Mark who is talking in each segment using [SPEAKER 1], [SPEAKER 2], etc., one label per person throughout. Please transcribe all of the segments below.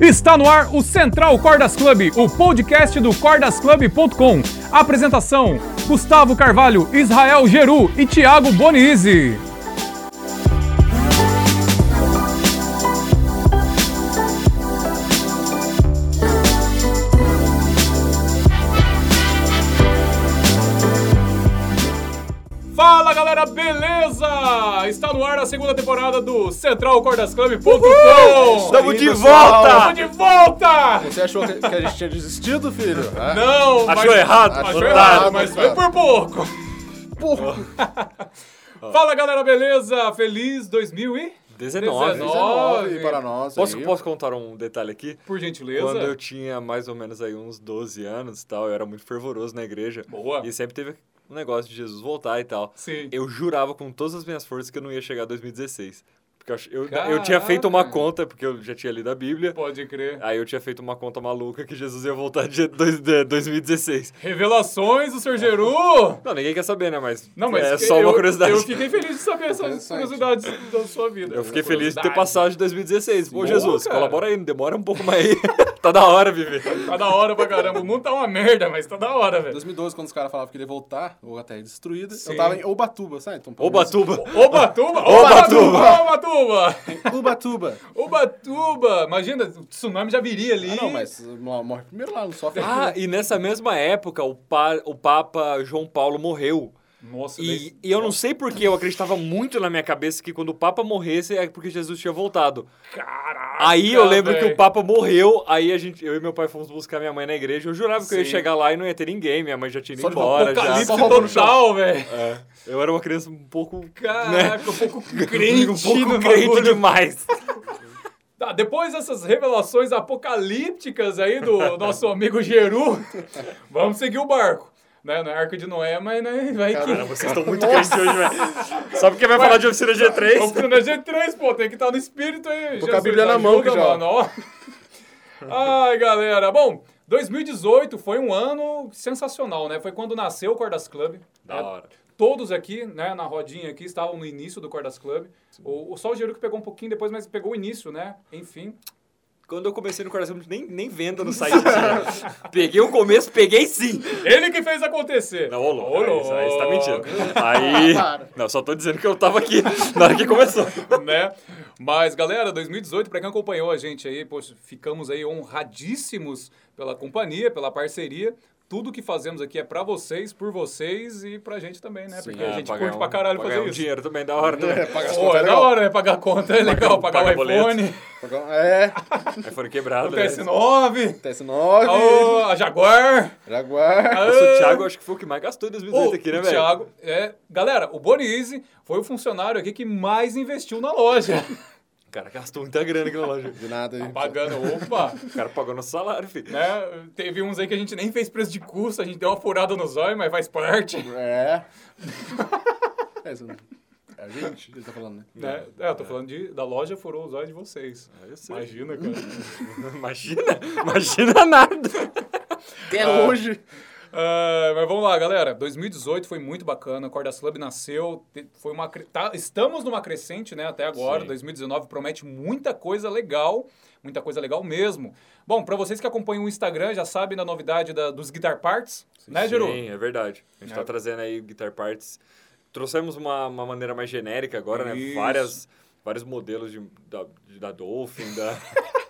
[SPEAKER 1] Está no ar o Central Cordas Club, o podcast do cordasclub.com. Apresentação: Gustavo Carvalho, Israel Geru e Thiago Bonizzi. Fala galera, beleza? Está no ar a segunda temporada do Central Cordasclub.com.
[SPEAKER 2] Estamos
[SPEAKER 3] Aí,
[SPEAKER 2] de
[SPEAKER 3] pessoal.
[SPEAKER 2] volta!
[SPEAKER 1] Estamos de volta!
[SPEAKER 3] Você achou que que a gente tinha desistido, filho? É?
[SPEAKER 1] Não,
[SPEAKER 2] Achou errado? Tá.
[SPEAKER 1] Achou
[SPEAKER 2] Otário,
[SPEAKER 1] errado, mas foi
[SPEAKER 3] otário.
[SPEAKER 1] por pouco. Fala galera, beleza? Feliz 2019,
[SPEAKER 2] 19.
[SPEAKER 3] 19 é para nós.
[SPEAKER 2] Posso,
[SPEAKER 3] aí.
[SPEAKER 2] posso contar um detalhe aqui?
[SPEAKER 1] por gentileza.
[SPEAKER 2] Quando eu tinha mais ou menos aí uns 12 anos e tal, eu era muito fervoroso na igreja.
[SPEAKER 1] Boa.
[SPEAKER 2] E sempre teve um negócio de Jesus voltar e tal.
[SPEAKER 1] Sim.
[SPEAKER 2] Eu jurava com todas as minhas forças que eu não ia chegar a 2016. Porque eu, ach- eu, eu tinha feito uma
[SPEAKER 1] Caraca.
[SPEAKER 2] conta, porque eu já tinha lido a Bíblia.
[SPEAKER 1] Pode crer.
[SPEAKER 2] Aí eu tinha feito uma conta maluca que Jesus ia voltar dia dois- de 2016.
[SPEAKER 1] Revelações do Sr. Geru!
[SPEAKER 2] Não, ninguém quer saber, né? Mas,
[SPEAKER 1] Não, mas
[SPEAKER 2] é
[SPEAKER 1] que-
[SPEAKER 2] só uma
[SPEAKER 1] eu-
[SPEAKER 2] curiosidade.
[SPEAKER 1] Eu fiquei feliz de saber essas
[SPEAKER 3] Interessante.
[SPEAKER 1] curiosidades da sua vida.
[SPEAKER 2] Eu fiquei feliz de ter passado de 2016. Pô,
[SPEAKER 1] Boa,
[SPEAKER 2] Jesus,
[SPEAKER 1] cara.
[SPEAKER 2] colabora aí, não demora um pouco mais aí. tá da hora, viver.
[SPEAKER 1] Tá da hora pra caramba. O mundo tá uma merda, mas tá da hora,
[SPEAKER 3] Em
[SPEAKER 1] velho.
[SPEAKER 3] 2012, quando os caras falavam que ele ia voltar, ou a terra é destruída,
[SPEAKER 1] Sim.
[SPEAKER 3] eu tava em Ubatuba, sabe? Então, pelo menos-
[SPEAKER 2] Ubatuba.
[SPEAKER 1] Obatuba!
[SPEAKER 2] Obatuba!
[SPEAKER 1] Obatuba!
[SPEAKER 3] Em Ubatuba.
[SPEAKER 1] Obatuba! Imagina, o tsunami já viria ali.
[SPEAKER 3] Ah, não, mas mo- morre primeiro lá, não sofre.
[SPEAKER 2] Ah,
[SPEAKER 3] aqui,
[SPEAKER 2] e nessa mesma época, o, pa- o Papa João Paulo morreu.
[SPEAKER 1] Nossa,
[SPEAKER 2] E,
[SPEAKER 1] daí-
[SPEAKER 2] e eu não sei porque eu acreditava muito na minha cabeça que quando o Papa morresse é porque Jesus tinha voltado.
[SPEAKER 1] Caraca!
[SPEAKER 2] Aí eu lembro que
[SPEAKER 1] Ah, velho.
[SPEAKER 2] o Papa morreu, aí a gente, eu e meu pai fomos buscar minha mãe na igreja. Eu jurava que eu ia
[SPEAKER 3] Sim.
[SPEAKER 2] chegar lá e não ia ter ninguém, minha mãe já tinha ido
[SPEAKER 3] Só de
[SPEAKER 2] embora. Já.
[SPEAKER 1] um Apocalipse
[SPEAKER 3] só roubou no chão.
[SPEAKER 1] total, velho.
[SPEAKER 2] É, eu era uma criança um pouco. né?
[SPEAKER 1] Caraca, um pouco crente.
[SPEAKER 2] um pouco
[SPEAKER 1] no
[SPEAKER 2] crente
[SPEAKER 1] bagulho.
[SPEAKER 2] demais.
[SPEAKER 1] Tá, depois dessas revelações apocalípticas aí do nosso amigo Geru, vamos seguir o barco. Né? Não é Arca de Noé, mas né, vai
[SPEAKER 3] Caramba,
[SPEAKER 1] que...
[SPEAKER 2] Vocês estão muito crentes hoje, velho. Só porque vai falar de oficina
[SPEAKER 1] Vamos
[SPEAKER 2] G3.
[SPEAKER 1] pro G3, pô, tem que estar no espírito aí.
[SPEAKER 3] Tô com a Bíblia na mão aqui já, ó.
[SPEAKER 1] mano. ó. Ai, galera. Bom, 2018 foi um ano sensacional, né? Foi quando nasceu o Cordas Club. né? Todos aqui, né, na rodinha aqui, estavam no início do Cordas Club. O, o só o Geru que pegou um pouquinho depois, mas pegou o início, né? Enfim.
[SPEAKER 2] Quando eu comecei no coração, nem, nem venda no site. assim, né? peguei o começo, peguei sim.
[SPEAKER 1] Ele que fez acontecer.
[SPEAKER 2] Não, ô louco,
[SPEAKER 1] Ô,
[SPEAKER 2] aí, aí você tá mentindo.
[SPEAKER 1] louco.
[SPEAKER 2] Aí.
[SPEAKER 3] Para.
[SPEAKER 2] Não, só tô dizendo que eu tava aqui na hora que começou.
[SPEAKER 1] né? Mas, galera, 2018, para quem acompanhou a gente aí, poxa, ficamos aí honradíssimos pela companhia, pela parceria. Tudo que fazemos aqui é pra vocês, por vocês e pra gente também, né? Porque a
[SPEAKER 2] É,
[SPEAKER 1] gente
[SPEAKER 2] pagar
[SPEAKER 1] curte
[SPEAKER 2] um-
[SPEAKER 1] pra caralho
[SPEAKER 2] pagar
[SPEAKER 1] fazer
[SPEAKER 2] um
[SPEAKER 1] isso.
[SPEAKER 2] dinheiro também, da hora também.
[SPEAKER 3] É, paga as
[SPEAKER 1] Pô,
[SPEAKER 3] contas,
[SPEAKER 1] é da hora, né? Pagar conta é legal, pagar,
[SPEAKER 2] pagar
[SPEAKER 1] o iPhone,
[SPEAKER 3] É,
[SPEAKER 2] Aí foram quebrados. né?
[SPEAKER 1] o PS9,
[SPEAKER 3] TS9,
[SPEAKER 1] a- a Jaguar.
[SPEAKER 3] Jaguar.
[SPEAKER 2] O Thiago, acho que foi o que mais gastou em
[SPEAKER 1] Ah. Ô,
[SPEAKER 2] 2018 aqui, né,
[SPEAKER 1] o
[SPEAKER 2] velho?
[SPEAKER 1] Thiago, é, galera, o Bonizzi foi o funcionário aqui que mais investiu na loja.
[SPEAKER 2] Cara, gastou muita grana aqui na loja.
[SPEAKER 3] De nada aí.
[SPEAKER 1] Pagando, opa,
[SPEAKER 2] O cara pagou nosso salário, filho.
[SPEAKER 1] né? Teve uns aí que a gente nem fez preço de custo, a gente deu uma furada nos olhos, mas faz parte.
[SPEAKER 3] É. É, isso não- é a gente, ele tá falando, né?
[SPEAKER 1] Né? É, eu tô falando de, da loja furou os olhos de vocês.
[SPEAKER 2] Ah, eu sei.
[SPEAKER 1] Imagina, cara.
[SPEAKER 2] Imagina, imagina nada.
[SPEAKER 3] Até hoje.
[SPEAKER 1] Ah, mas vamos lá, galera. 2018 foi muito bacana. O Cordas Club nasceu. te- Foi uma, cre- tá- estamos numa crescente, né? Até agora.
[SPEAKER 2] Sim.
[SPEAKER 1] 2019 promete muita coisa legal. Muita coisa legal mesmo. Bom, pra vocês que acompanham o Instagram, já sabem da novidade da- dos Guitar Parts, né, Geru?
[SPEAKER 2] Sim, é verdade. A gente
[SPEAKER 1] É.
[SPEAKER 2] tá trazendo aí Guitar Parts. Trouxemos uma, uma maneira mais genérica agora, né?
[SPEAKER 1] Isso.
[SPEAKER 2] Várias, vários modelos de, da, de- da Dolphin, da...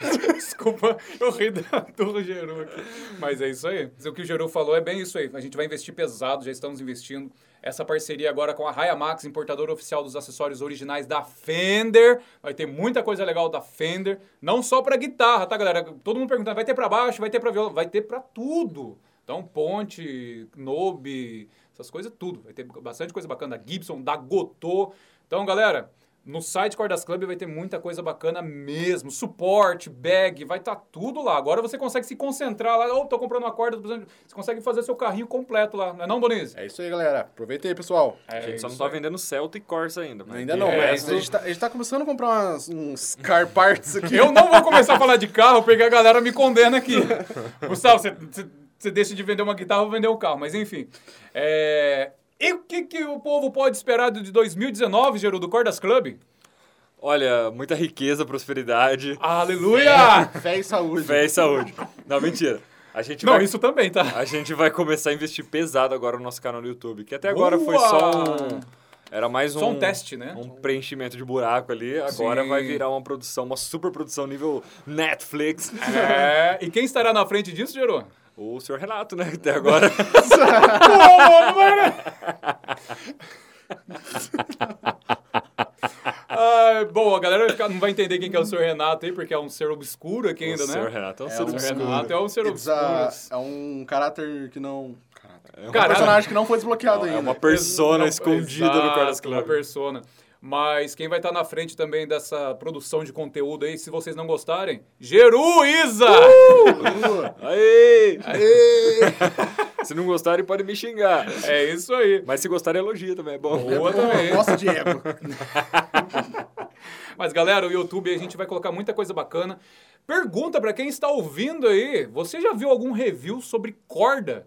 [SPEAKER 1] Desculpa, eu ri da- do Geru aqui. Mas é isso aí. O que o Geru falou é bem isso aí. A gente vai investir pesado, já estamos investindo. Essa parceria agora com a Raya Max, importadora oficial dos acessórios originais da Fender. Vai ter muita coisa legal da Fender. Não só pra guitarra, tá, galera? Todo mundo perguntando, vai ter pra baixo, vai ter pra viola, vai ter pra tudo. Então, ponte, knob, essas coisas, tudo. Vai ter bastante coisa bacana da Gibson, da Gotô. Então, galera, no site Cordas Club vai ter muita coisa bacana mesmo. Suporte, bag, vai estar tudo lá. Agora você consegue se concentrar lá. Ou tô comprando uma corda, tô precisando de-" você consegue fazer seu carrinho completo lá. Não é não, Bonizzi?
[SPEAKER 3] É isso aí, galera. Aproveita aí, pessoal.
[SPEAKER 2] a gente só
[SPEAKER 1] É
[SPEAKER 2] não
[SPEAKER 1] isso
[SPEAKER 2] tá
[SPEAKER 1] aí.
[SPEAKER 2] vendendo Celta e Corsa ainda. Mas
[SPEAKER 3] Ainda
[SPEAKER 2] de
[SPEAKER 3] não,
[SPEAKER 1] É,
[SPEAKER 3] mas
[SPEAKER 2] resto,
[SPEAKER 3] a gente, tá, a gente tá começando a comprar umas- uns car parts aqui.
[SPEAKER 1] Eu não vou começar a falar de carro, porque a galera me condena aqui. Gustavo, você- você você deixa de vender uma guitarra ou vender um carro. Mas enfim. É, E o que, que o povo pode esperar de 2019, Geru, do Cordas Club?
[SPEAKER 2] Olha, muita riqueza, prosperidade,
[SPEAKER 1] Aleluia!
[SPEAKER 3] Fé e saúde.
[SPEAKER 2] fé e saúde. Não, mentira. A gente
[SPEAKER 1] Não,
[SPEAKER 2] vai...
[SPEAKER 1] isso também, tá?
[SPEAKER 2] A gente vai começar a investir pesado agora no nosso canal no YouTube, que até agora foi
[SPEAKER 1] Boa!
[SPEAKER 2] só um. Era mais um.
[SPEAKER 1] Só um teste, né?
[SPEAKER 2] Um preenchimento de buraco ali. Agora
[SPEAKER 1] Sim.
[SPEAKER 2] vai virar uma produção, uma super produção nível Netflix.
[SPEAKER 1] É, e quem estará na frente disso, Gerô?
[SPEAKER 2] O senhor Renato, né? que Até agora.
[SPEAKER 1] Ah, bom, a galera vai ficar- não vai entender quem que é o Sr. Renato aí, porque é um ser obscuro aqui
[SPEAKER 2] o
[SPEAKER 1] ainda, né?
[SPEAKER 2] senhor Renato é um
[SPEAKER 3] É
[SPEAKER 2] ser
[SPEAKER 3] um
[SPEAKER 1] O Sr.
[SPEAKER 2] obscuro.
[SPEAKER 1] Renato é um ser
[SPEAKER 3] It's
[SPEAKER 1] obscuro.
[SPEAKER 3] a- é um caráter que não. Caráter. É um
[SPEAKER 1] Caralho.
[SPEAKER 3] personagem que não foi desbloqueado
[SPEAKER 2] É
[SPEAKER 3] ainda.
[SPEAKER 2] uma persona
[SPEAKER 1] Não,
[SPEAKER 2] escondida no
[SPEAKER 1] exato,
[SPEAKER 2] Carlos
[SPEAKER 1] Uma
[SPEAKER 2] Club.
[SPEAKER 1] persona. Mas quem vai estar na frente também dessa produção de conteúdo aí, se vocês não gostarem, Geruísa!
[SPEAKER 2] Uh! Aê! Se não gostarem, podem me xingar.
[SPEAKER 1] É isso aí.
[SPEAKER 2] Mas se gostarem, elogia também. É bom.
[SPEAKER 1] Boa também.
[SPEAKER 3] Nossa, Diego.
[SPEAKER 1] Mas galera, o YouTube a gente vai colocar muita coisa bacana. Pergunta pra quem está ouvindo aí, você já viu algum review sobre corda?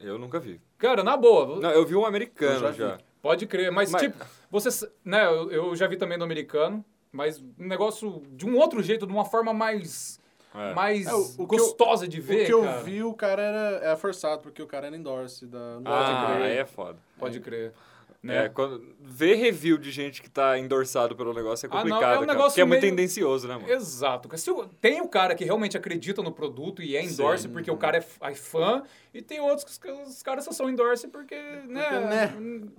[SPEAKER 2] Eu nunca vi.
[SPEAKER 1] Cara, na boa,
[SPEAKER 2] Não, eu vi um americano
[SPEAKER 3] Eu já vi.
[SPEAKER 2] já.
[SPEAKER 1] pode crer, mas,
[SPEAKER 2] Mas-
[SPEAKER 1] tipo, você, s- né, eu, eu já vi também no americano, mas um negócio de um outro jeito, de uma forma mais
[SPEAKER 2] É.
[SPEAKER 1] mais
[SPEAKER 3] É, o- o que eu-
[SPEAKER 1] gostosa de ver,
[SPEAKER 3] o que eu
[SPEAKER 1] cara.
[SPEAKER 3] vi, o cara era é forçado, porque o cara era endorse da.
[SPEAKER 2] Ah,
[SPEAKER 1] crer.
[SPEAKER 2] aí é foda.
[SPEAKER 1] Pode crer. Né?
[SPEAKER 2] É, quando ver review de gente que tá endorsado pelo negócio é
[SPEAKER 1] Ah, não, é um
[SPEAKER 2] complicado, cara,
[SPEAKER 1] negócio
[SPEAKER 2] porque é muito
[SPEAKER 1] meio-
[SPEAKER 2] tendencioso, né, mano?
[SPEAKER 1] Exato. cara. Se o- tem o cara que realmente acredita no produto e é endorse porque o cara é, f- é fã, e tem outros que os, ca- os caras só são endorse porque, né?
[SPEAKER 3] né?
[SPEAKER 1] n-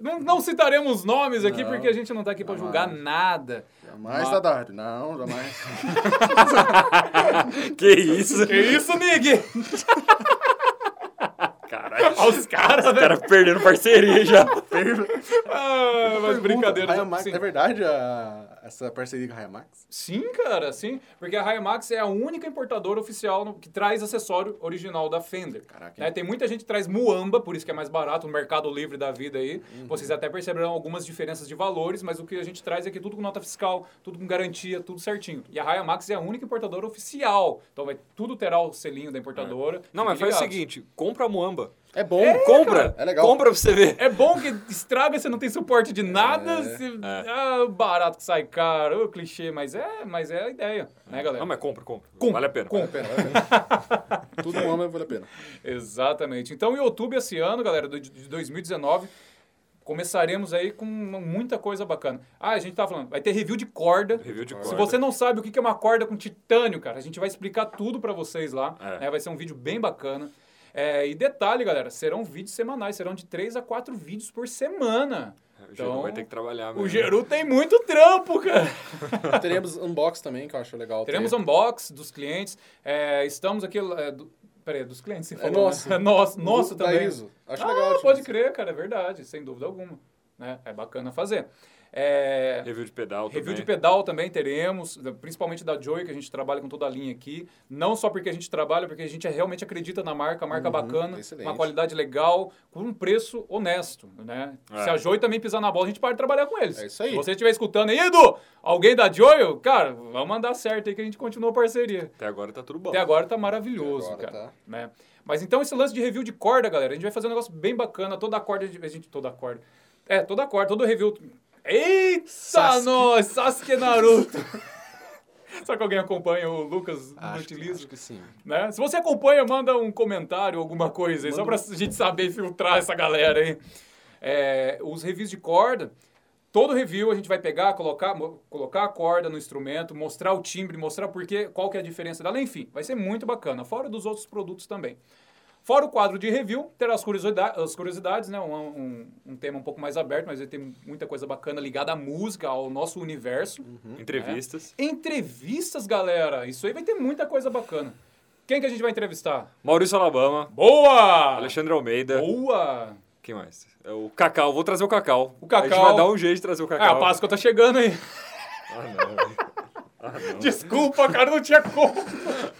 [SPEAKER 1] Não, não citaremos nomes aqui
[SPEAKER 3] Não.
[SPEAKER 1] porque a gente não tá aqui pra
[SPEAKER 3] Jamais.
[SPEAKER 1] julgar nada.
[SPEAKER 3] Jamais,
[SPEAKER 1] é. Mas-
[SPEAKER 3] Dadardo. Não, jamais.
[SPEAKER 2] que isso?
[SPEAKER 1] Que isso, Nig?
[SPEAKER 2] Caralho,
[SPEAKER 1] Olha os caras,
[SPEAKER 2] o
[SPEAKER 1] né?
[SPEAKER 2] cara perdendo parceria já.
[SPEAKER 1] Ah, mas brincadeira.
[SPEAKER 3] Raya Max,
[SPEAKER 1] sim.
[SPEAKER 3] é verdade a- essa parceria com a Raya Max?
[SPEAKER 1] Sim, cara, sim. Porque a Himax é a única importadora oficial no- que traz acessório original da Fender.
[SPEAKER 3] Caraca,
[SPEAKER 1] Né? Tem muita gente que traz muamba, por isso que é mais barato, no mercado livre da vida aí.
[SPEAKER 2] Uhum.
[SPEAKER 1] Vocês até perceberão algumas diferenças de valores, mas o que a gente traz é que tudo com nota fiscal, tudo com garantia, tudo certinho. E a Himax é a única importadora oficial. Então vai, tudo terá o selinho da importadora.
[SPEAKER 2] É. Não, mas
[SPEAKER 1] Fiquem
[SPEAKER 2] faz o
[SPEAKER 1] ligados.
[SPEAKER 2] seguinte, compra a Moamba.
[SPEAKER 3] É bom.
[SPEAKER 2] compra,
[SPEAKER 3] É legal.
[SPEAKER 2] compra pra você ver.
[SPEAKER 1] É bom que estraga, você não tem suporte de nada,
[SPEAKER 2] É,
[SPEAKER 1] você... ah, barato que sai caro, ô, clichê, mas é, mas é a ideia, né, galera?
[SPEAKER 2] Não, mas compra, compra.
[SPEAKER 1] Compra,
[SPEAKER 2] vale a pena.
[SPEAKER 1] compra.
[SPEAKER 3] Vale a pena, vale a pena. Tudo ama, vale a pena.
[SPEAKER 1] Exatamente. Então, o YouTube esse ano, galera, do- de 2019, começaremos aí com muita coisa bacana. Ah, a gente tava falando, vai ter review de corda.
[SPEAKER 2] Review de
[SPEAKER 1] Se
[SPEAKER 2] corda.
[SPEAKER 1] você não sabe o que que é uma corda com titânio, cara, a gente vai explicar tudo pra vocês lá.
[SPEAKER 2] É.
[SPEAKER 1] né? Vai ser um vídeo bem bacana. É, e detalhe, galera, serão vídeos semanais, serão de 3 a 4 vídeos por semana.
[SPEAKER 2] O Geru
[SPEAKER 1] Então,
[SPEAKER 2] vai ter que trabalhar mesmo.
[SPEAKER 1] o Geru tem muito trampo, cara.
[SPEAKER 3] Teremos unbox também, que eu acho legal. ter.
[SPEAKER 1] Teremos unbox dos clientes. É, estamos aqui. É, do, peraí, dos clientes, você
[SPEAKER 3] É
[SPEAKER 1] falou.
[SPEAKER 3] nosso.
[SPEAKER 1] Né? É nosso, nosso
[SPEAKER 3] Da
[SPEAKER 1] também.
[SPEAKER 3] ISO. Acho
[SPEAKER 1] ah,
[SPEAKER 3] legal. tipo,
[SPEAKER 1] pode crer, cara, é verdade, sem dúvida alguma. né? É bacana fazer. É,
[SPEAKER 2] Review de pedal
[SPEAKER 1] Review
[SPEAKER 2] também.
[SPEAKER 1] de pedal também teremos, principalmente da Joy, que a gente trabalha com toda a linha aqui. Não só porque a gente trabalha, porque a gente é, realmente acredita na marca, marca bacana,
[SPEAKER 3] Uhum, excelente.
[SPEAKER 1] uma qualidade legal, com um preço honesto, né?
[SPEAKER 2] É.
[SPEAKER 1] Se a Joy também pisar na bola, a gente para de trabalhar com eles.
[SPEAKER 3] É isso aí.
[SPEAKER 1] Se você estiver escutando aí, Edu, alguém da Joy, cara, vamos mandar certo aí que a gente continua a parceria.
[SPEAKER 2] Até agora tá tudo bom.
[SPEAKER 1] Até agora tá maravilhoso,
[SPEAKER 3] Até agora
[SPEAKER 1] cara.
[SPEAKER 3] tá.
[SPEAKER 1] né? Mas então esse lance de review de corda, galera, a gente vai fazer um negócio bem bacana. Toda a corda, de- a gente, toda a corda. É, toda a corda, todo review. Eita,
[SPEAKER 3] Sasuke.
[SPEAKER 1] nós, Sasuke Naruto. Só que alguém acompanha o Lucas não
[SPEAKER 3] Acho, que-
[SPEAKER 1] utiliza,
[SPEAKER 3] acho que sim.
[SPEAKER 1] né? Se você acompanha, manda um comentário, alguma coisa aí, só pra gente saber filtrar essa galera aí. É, os reviews de corda, todo review a gente vai pegar, colocar, mo- colocar a corda no instrumento, mostrar o timbre, mostrar por quê, qual que é a diferença dela, enfim, vai ser muito bacana, fora dos outros produtos também. Fora o quadro de review, terá as, curiosida- as curiosidades, né? Um, um- um tema um pouco mais aberto, mas ele tem muita coisa bacana ligada à música, ao nosso universo.
[SPEAKER 2] Entrevistas.
[SPEAKER 1] Entrevistas, galera! Isso aí vai ter muita coisa bacana. Quem que a gente vai entrevistar?
[SPEAKER 2] Maurício Alabama,
[SPEAKER 1] Boa!
[SPEAKER 2] Alexandre Almeida.
[SPEAKER 1] Boa!
[SPEAKER 2] Quem mais? É o Cacau. Vou trazer o Cacau.
[SPEAKER 1] O Cacau.
[SPEAKER 2] A gente vai dar um jeito de trazer o
[SPEAKER 1] Ah,
[SPEAKER 2] Cacau.
[SPEAKER 1] a Páscoa tá chegando aí.
[SPEAKER 2] Ah, não.
[SPEAKER 1] Desculpa, cara, não tinha como.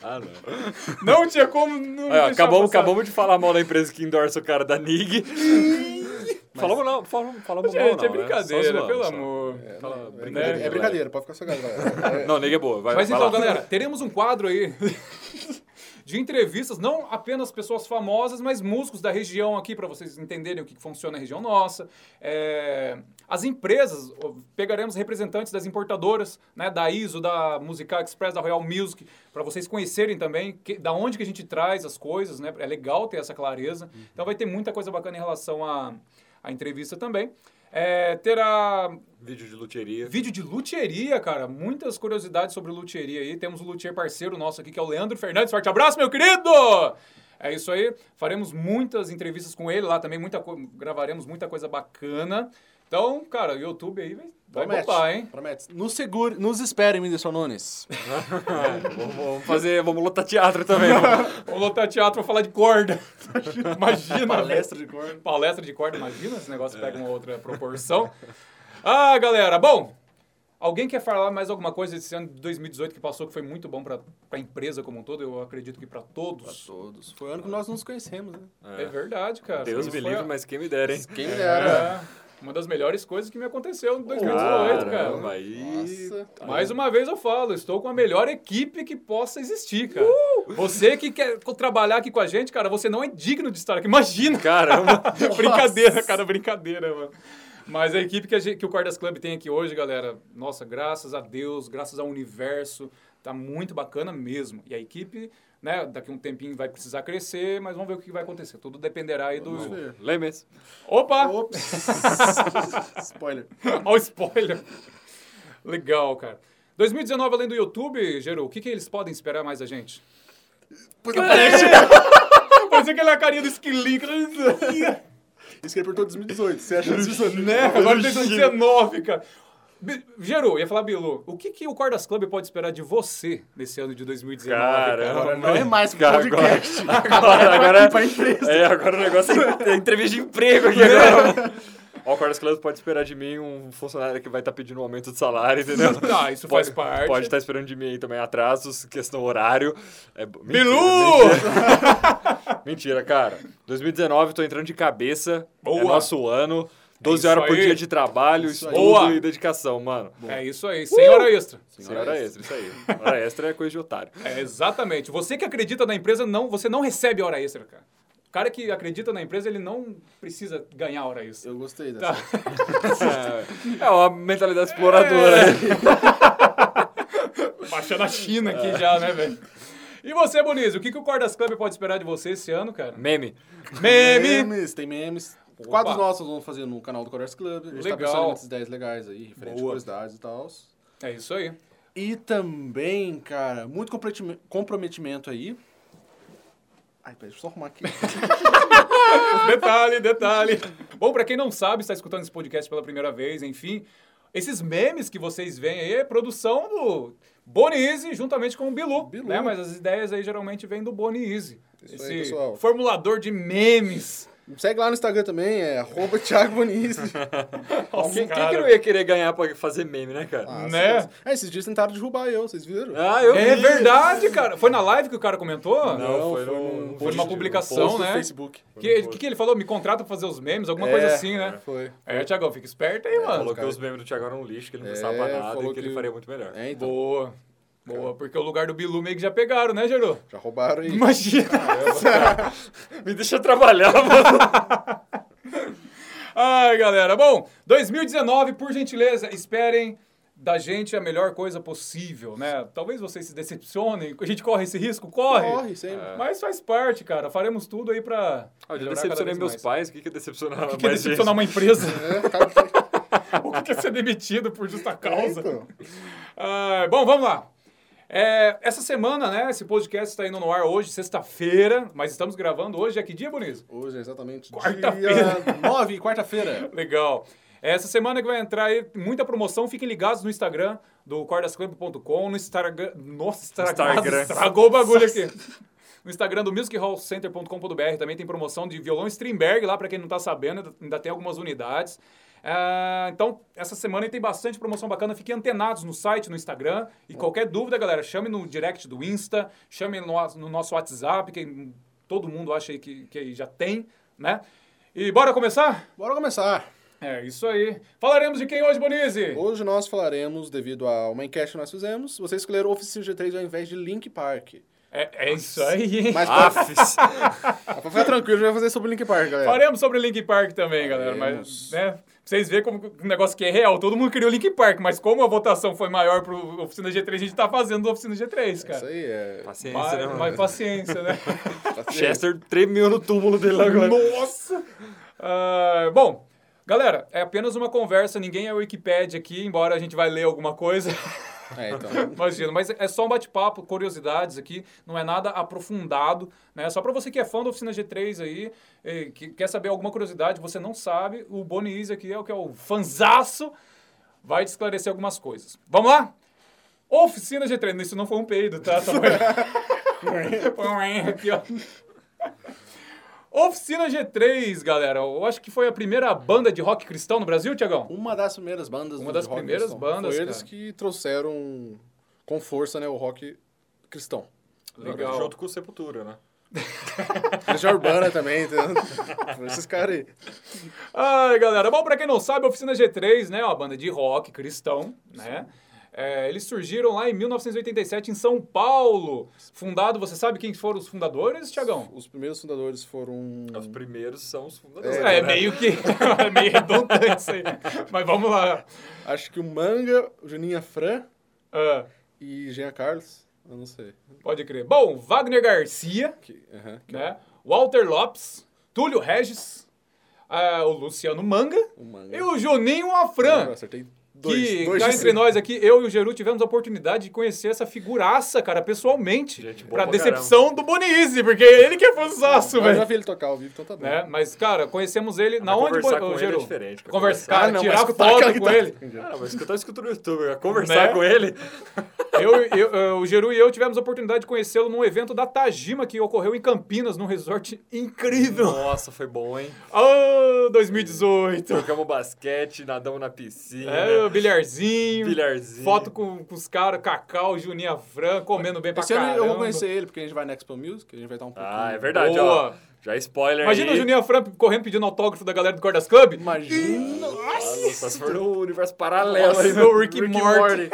[SPEAKER 2] Ah, não.
[SPEAKER 1] Não tinha como. Não
[SPEAKER 2] Aí, ó,
[SPEAKER 1] deixar
[SPEAKER 2] acabamos,
[SPEAKER 1] passar.
[SPEAKER 2] acabamos de falar mal da empresa que endorsa o cara da NIG. Falamos não, falamos, falamos mal
[SPEAKER 1] Gente,
[SPEAKER 2] não,
[SPEAKER 1] é brincadeira,
[SPEAKER 2] né? Só zoando,
[SPEAKER 1] pelo
[SPEAKER 2] só.
[SPEAKER 1] amor.
[SPEAKER 3] É,
[SPEAKER 2] Fala,
[SPEAKER 3] não, é
[SPEAKER 2] brincadeira,
[SPEAKER 3] brincadeira,
[SPEAKER 2] galera.
[SPEAKER 3] é brincadeira, pode ficar só galera.
[SPEAKER 2] Não, NIG é boa, vai
[SPEAKER 1] Mas
[SPEAKER 2] vai
[SPEAKER 1] então,
[SPEAKER 2] lá.
[SPEAKER 1] galera, teremos um quadro aí de entrevistas, não apenas pessoas famosas, mas músicos da região aqui, para vocês entenderem o que que funciona na região nossa. É, as empresas, ó, pegaremos representantes das importadoras, né, da ISO, da Musical Express, da Royal Music, para vocês conhecerem também que- da onde que a gente traz as coisas, né? É legal ter essa clareza.
[SPEAKER 2] Uhum.
[SPEAKER 1] Então vai ter muita coisa bacana em relação à, à entrevista também. É, terá
[SPEAKER 2] Vídeo de luteria.
[SPEAKER 1] Vídeo de luteria, cara. Muitas curiosidades sobre luteria aí. Temos um luthier parceiro nosso aqui, que é o Leandro Fernandes. Forte abraço, meu querido! É isso aí. Faremos muitas entrevistas com ele lá também. Muita co- Gravaremos muita coisa bacana. Então, cara, o YouTube aí vai, vai
[SPEAKER 3] Promete.
[SPEAKER 1] bombar, hein?
[SPEAKER 3] Promete. Nos segure, nos esperem, Whindersson Nunes.
[SPEAKER 2] vamos, vamos fazer, vamos lotar teatro também. vamos.
[SPEAKER 1] Vou lotar teatro pra falar de corda. Imagina.
[SPEAKER 3] Palestra
[SPEAKER 1] velho.
[SPEAKER 3] de corno.
[SPEAKER 1] Palestra de corda, imagina. Esse negócio pega uma outra proporção. Ah, galera, bom. Alguém quer falar mais alguma coisa desse ano de 2018 que passou que foi muito bom pra pra empresa como um todo? Eu acredito que pra todos.
[SPEAKER 3] Todos. Foi o ano que nós nos conhecemos, né?
[SPEAKER 1] É verdade, cara.
[SPEAKER 2] Deus
[SPEAKER 1] Isso
[SPEAKER 2] me
[SPEAKER 1] foi
[SPEAKER 2] livre,
[SPEAKER 1] a-
[SPEAKER 2] mas quem me dera, hein?
[SPEAKER 3] Quem dera.
[SPEAKER 1] É, uma das melhores coisas que me aconteceu em 2018, cara.
[SPEAKER 2] Caramba, aí...
[SPEAKER 3] Nossa.
[SPEAKER 1] Mais uma vez eu falo, estou com a melhor equipe que possa existir, cara.
[SPEAKER 2] Uh!
[SPEAKER 1] Você que quer co- trabalhar aqui com a gente, cara, você não é digno de estar aqui. Imagina!
[SPEAKER 2] Caramba.
[SPEAKER 1] É brincadeira, cara, brincadeira, mano. Mas a equipe que, a gente- que o Cordas Club tem aqui hoje, galera, nossa, graças a Deus, graças ao universo, tá muito bacana mesmo. E a equipe, né, daqui a um tempinho vai precisar crescer, mas vamos ver o que vai acontecer. Tudo dependerá aí do.
[SPEAKER 3] Vamos ver.
[SPEAKER 2] Lembre-se.
[SPEAKER 1] Opa!
[SPEAKER 3] Ops. Spoiler.
[SPEAKER 1] Olha o spoiler. Legal, cara. 2019, além do YouTube, Geru, o que, que eles podem esperar mais da gente? Parece aquela é carinha do esquilinho.
[SPEAKER 3] Isso que é ele perguntou em 2018. Você acha isso?
[SPEAKER 1] né? Agora tem 2019, cara. Bi- Geru, ia falar Bilu, o que, que o Cordas Club pode esperar de você nesse ano de 2019? cara?
[SPEAKER 2] Caramba.
[SPEAKER 3] Não é mais
[SPEAKER 2] Cara,
[SPEAKER 3] podcast.
[SPEAKER 2] Agora, agora,
[SPEAKER 3] pra empresa.
[SPEAKER 2] é, agora o negócio é entrevista de emprego aqui agora. Ó, o Cordas Club pode esperar de mim um funcionário que vai estar pedindo um aumento de salário, entendeu?
[SPEAKER 1] Tá, isso
[SPEAKER 2] pode,
[SPEAKER 1] faz parte.
[SPEAKER 2] Pode estar esperando de mim aí também atrasos, questão horário. É, bo- mentira,
[SPEAKER 1] Bilu!
[SPEAKER 2] Mentira, mentira, cara. 2019, tô entrando de cabeça.
[SPEAKER 1] Boa.
[SPEAKER 2] É nosso ano. 12
[SPEAKER 1] É isso
[SPEAKER 2] horas por
[SPEAKER 1] aí.
[SPEAKER 2] dia de trabalho,
[SPEAKER 3] Isso aí.
[SPEAKER 2] estudo
[SPEAKER 1] Boa.
[SPEAKER 2] e dedicação, mano.
[SPEAKER 1] É isso aí, sem hora extra.
[SPEAKER 2] Sem hora extra, isso aí. Hora extra é coisa de otário.
[SPEAKER 1] É, exatamente. Você que acredita na empresa, não, você não recebe hora extra, cara. O cara que acredita na empresa, ele não precisa ganhar hora extra.
[SPEAKER 3] Eu gostei dessa.
[SPEAKER 2] É uma mentalidade exploradora. né?
[SPEAKER 1] Baixando a China aqui já, né, velho? E você, Bonizio, o que, que o Cordas Club pode esperar de você esse ano, cara?
[SPEAKER 2] Meme.
[SPEAKER 1] Meme!
[SPEAKER 3] Memes, tem memes. Quadros nossos vamos fazer no canal do Corers Club. A gente
[SPEAKER 1] Legal.
[SPEAKER 3] tá pensando em umas ideias legais aí, referente a
[SPEAKER 1] Boa.
[SPEAKER 3] curiosidades e tal.
[SPEAKER 1] É isso aí.
[SPEAKER 3] E também, cara, muito comprometime- comprometimento aí. Ai, peraí, deixa eu só arrumar aqui.
[SPEAKER 1] detalhe, detalhe. Bom, pra quem não sabe, está escutando esse podcast pela primeira vez, enfim, esses memes que vocês veem aí é produção do Bonize juntamente com o Bilu,
[SPEAKER 3] Bilu.
[SPEAKER 1] né? Mas as ideias aí geralmente vêm do Bonize.
[SPEAKER 3] Isso
[SPEAKER 1] Esse
[SPEAKER 3] aí, pessoal.
[SPEAKER 1] formulador de memes.
[SPEAKER 3] Me Segue lá no Instagram também, é arroba Thiago Boniz.
[SPEAKER 1] Nossa,
[SPEAKER 2] Quem, quem
[SPEAKER 1] cara.
[SPEAKER 2] que não ia querer ganhar pra fazer meme, né, cara?
[SPEAKER 3] Ah,
[SPEAKER 1] Né?
[SPEAKER 3] vocês- É, esses dias tentaram derrubar eu, vocês viram?
[SPEAKER 2] Ah, eu
[SPEAKER 1] É
[SPEAKER 2] vi.
[SPEAKER 1] verdade, cara. Foi na live que o cara comentou?
[SPEAKER 2] Não, foi,
[SPEAKER 3] foi
[SPEAKER 2] num-
[SPEAKER 3] num-
[SPEAKER 2] num
[SPEAKER 3] foi
[SPEAKER 1] numa
[SPEAKER 2] vídeo,
[SPEAKER 1] publicação,
[SPEAKER 2] num
[SPEAKER 3] Post do
[SPEAKER 1] né?
[SPEAKER 3] Facebook.
[SPEAKER 1] O que, que, que ele falou? Me contrata pra fazer os memes? Alguma coisa
[SPEAKER 3] É,
[SPEAKER 1] assim, né?
[SPEAKER 3] Foi.
[SPEAKER 1] É, Thiagão, fica esperto aí,
[SPEAKER 2] Falou
[SPEAKER 1] mano.
[SPEAKER 2] que
[SPEAKER 3] cara.
[SPEAKER 2] os membros do Thiago eram um lixo, que ele não
[SPEAKER 3] É,
[SPEAKER 2] precisava pra nada e
[SPEAKER 3] falou
[SPEAKER 2] que, ele
[SPEAKER 3] que-
[SPEAKER 2] faria muito melhor.
[SPEAKER 3] É, então,
[SPEAKER 1] Boa. Boa, porque o lugar do Bilu meio que já pegaram, né, Geru?
[SPEAKER 3] já roubaram aí.
[SPEAKER 1] Imagina!
[SPEAKER 2] Me deixa trabalhar, mano.
[SPEAKER 1] Ai, galera. Bom, 2019, por gentileza, esperem da gente a melhor coisa possível, né? Talvez vocês se decepcionem. A gente corre esse risco? Corre!
[SPEAKER 3] Corre, sempre.
[SPEAKER 1] Mas faz parte, cara. Faremos tudo aí pra.
[SPEAKER 2] Ah, Eu já
[SPEAKER 1] melhorar
[SPEAKER 2] decepcionei
[SPEAKER 1] cada vez
[SPEAKER 2] meus
[SPEAKER 1] mais.
[SPEAKER 2] pais, o que que é decepcionar
[SPEAKER 1] O que é
[SPEAKER 2] mais gente?
[SPEAKER 1] decepcionar uma empresa?
[SPEAKER 3] É, acaba-
[SPEAKER 1] o que é ser demitido por justa causa?
[SPEAKER 3] É, então.
[SPEAKER 1] Ah, bom, vamos lá. É, essa semana, né? Esse podcast está indo no ar hoje, sexta-feira, mas estamos gravando hoje. É que dia, Bonito?
[SPEAKER 3] Hoje é exatamente
[SPEAKER 1] Quarta-feira.
[SPEAKER 3] dia 9, quarta-feira.
[SPEAKER 1] Legal. Essa semana que vai entrar aí muita promoção, fiquem ligados no Instagram do cordasclub.com, no Instagram... Nossa, Instagram.
[SPEAKER 2] Instagram.
[SPEAKER 1] Estragou o bagulho aqui. No Instagram do musicallcenter.com.br também tem promoção de violão Streamberg lá, pra quem não tá sabendo, ainda tem algumas unidades. Ah, então, essa semana aí tem bastante promoção bacana, fiquem antenados no site, no Instagram. E qualquer dúvida, galera, chame no direct do Insta, chame no, no nosso WhatsApp, que todo mundo acha aí que, que já tem, né? E bora começar?
[SPEAKER 3] Bora começar.
[SPEAKER 1] É isso aí. Falaremos de quem hoje, Bonizzi?
[SPEAKER 3] Hoje nós falaremos, devido a uma enquete que nós fizemos, vocês escolheram Office G3 ao invés de Link Park.
[SPEAKER 1] É, é isso aí.
[SPEAKER 3] Mas pode,
[SPEAKER 2] Afs.
[SPEAKER 3] pode ficar Ah, tranquilo, a gente vai fazer sobre o Link Park, galera.
[SPEAKER 1] Faremos sobre Link Park também, galera. Mas, né? pra Vocês veem como que- um negócio que é real. Todo mundo queria o Link Park, mas como a votação foi maior pro Oficina G3, a gente tá fazendo do Oficina G3,
[SPEAKER 3] Isso
[SPEAKER 1] cara.
[SPEAKER 3] aí é.
[SPEAKER 2] Paciência,
[SPEAKER 1] Mas,
[SPEAKER 2] né, mano?
[SPEAKER 1] mas paciência, né?
[SPEAKER 2] Chester tremeu no túmulo dele lá agora.
[SPEAKER 1] Nossa! Ah, bom, galera, é apenas uma conversa, ninguém é Wikipédia aqui, embora a gente vai ler alguma coisa.
[SPEAKER 3] É, então.
[SPEAKER 1] Imagina, mas é só um bate-papo, curiosidades aqui, não é nada aprofundado, né? Só pra você que é fã da Oficina G3 aí, eh, que quer saber alguma curiosidade, você não sabe, o Boni Izzy aqui é o que é o fanzaço, vai te esclarecer algumas coisas. Vamos lá? Oficina G3, isso não foi um peido, tá? Só foi- foi um em aqui, ó. Oficina G3, galera, eu acho que foi a primeira banda de rock cristão no Brasil, Tiagão?
[SPEAKER 3] Uma das primeiras bandas
[SPEAKER 1] Uma
[SPEAKER 3] do
[SPEAKER 1] das
[SPEAKER 3] rock
[SPEAKER 1] primeiras
[SPEAKER 3] cristão.
[SPEAKER 1] bandas,
[SPEAKER 3] Foi eles
[SPEAKER 1] cara.
[SPEAKER 3] que trouxeram com força né, o rock cristão.
[SPEAKER 1] Legal.
[SPEAKER 2] Junto com o Sepultura, né?
[SPEAKER 3] Eles já urbana também, entendeu? Foi esses caras aí.
[SPEAKER 1] Ai, galera. Bom, pra quem não sabe, a Oficina G3, né? Uma banda de rock cristão, né? É, eles surgiram lá em 1987 em São Paulo. Fundado, você sabe quem foram os fundadores, Tiagão?
[SPEAKER 3] Os primeiros fundadores foram.
[SPEAKER 2] Os primeiros são os fundadores.
[SPEAKER 1] É,
[SPEAKER 2] né?
[SPEAKER 1] meio que. é meio redundante isso aí. né? Mas vamos lá.
[SPEAKER 3] Acho que o Manga, o Juninha Fran
[SPEAKER 1] Ah,
[SPEAKER 3] e Jean Carlos. Eu não sei.
[SPEAKER 1] pode crer. Bom, Wagner Garcia,
[SPEAKER 3] Que- aham.
[SPEAKER 1] né? Walter Lopes, Túlio Regis, ah, o Luciano Manga
[SPEAKER 3] O Manga.
[SPEAKER 1] e o Juninho
[SPEAKER 3] Eu
[SPEAKER 1] Afran.
[SPEAKER 3] acertei dois.
[SPEAKER 1] Que
[SPEAKER 3] dois
[SPEAKER 1] cá
[SPEAKER 3] de
[SPEAKER 1] entre
[SPEAKER 3] cinco.
[SPEAKER 1] nós aqui, eu e o Geru tivemos a oportunidade de conhecer essa figuraça, cara, pessoalmente.
[SPEAKER 2] Gente boa
[SPEAKER 1] pra
[SPEAKER 2] pra
[SPEAKER 1] decepção do Bonize, porque ele que é fãzaço,
[SPEAKER 3] Mas eu já
[SPEAKER 1] velho.
[SPEAKER 3] vi ele tocar ao vivo, então tá bom.
[SPEAKER 1] Né? Mas, cara, conhecemos ele na
[SPEAKER 2] mas
[SPEAKER 1] onde
[SPEAKER 2] conversar
[SPEAKER 1] Bo-
[SPEAKER 2] com
[SPEAKER 1] ô,
[SPEAKER 2] ele
[SPEAKER 1] Geru?
[SPEAKER 2] é diferente, pra
[SPEAKER 1] Conversa,
[SPEAKER 2] conversar.
[SPEAKER 1] cara,
[SPEAKER 3] mas
[SPEAKER 1] tirar
[SPEAKER 3] escutar aquela
[SPEAKER 1] foto com
[SPEAKER 3] guitarra.
[SPEAKER 1] ele.
[SPEAKER 2] Cara, mas que eu tava escutando no YouTube, cara. conversar
[SPEAKER 1] Né?
[SPEAKER 2] com ele.
[SPEAKER 1] Eu, eu- eu- o Geru e eu tivemos a oportunidade de conhecê-lo num evento da Tajima que ocorreu em Campinas, num resort incrível.
[SPEAKER 2] Nossa, foi bom, hein?
[SPEAKER 1] Ah, 2018.
[SPEAKER 2] Jogamos basquete, nadamos na piscina,
[SPEAKER 1] É, bilharzinho.
[SPEAKER 2] bilharzinho.
[SPEAKER 1] Foto com, com os caras, Cacau, Juninha Fran, comendo bem pra
[SPEAKER 3] Esse ano
[SPEAKER 1] caramba.
[SPEAKER 3] eu vou conhecer ele, porque a gente vai na Expo Music, a gente vai estar um pouquinho.
[SPEAKER 2] Ah, é verdade,
[SPEAKER 1] Boa.
[SPEAKER 2] ó. Já é spoiler
[SPEAKER 1] Imagina
[SPEAKER 2] aí.
[SPEAKER 1] o Juninho Fran correndo pedindo autógrafo da galera do Cordas Club.
[SPEAKER 3] Imagina.
[SPEAKER 2] Nossa, se for no universo paralelo
[SPEAKER 1] Nossa,
[SPEAKER 2] aí,
[SPEAKER 1] meu Rick e Morty.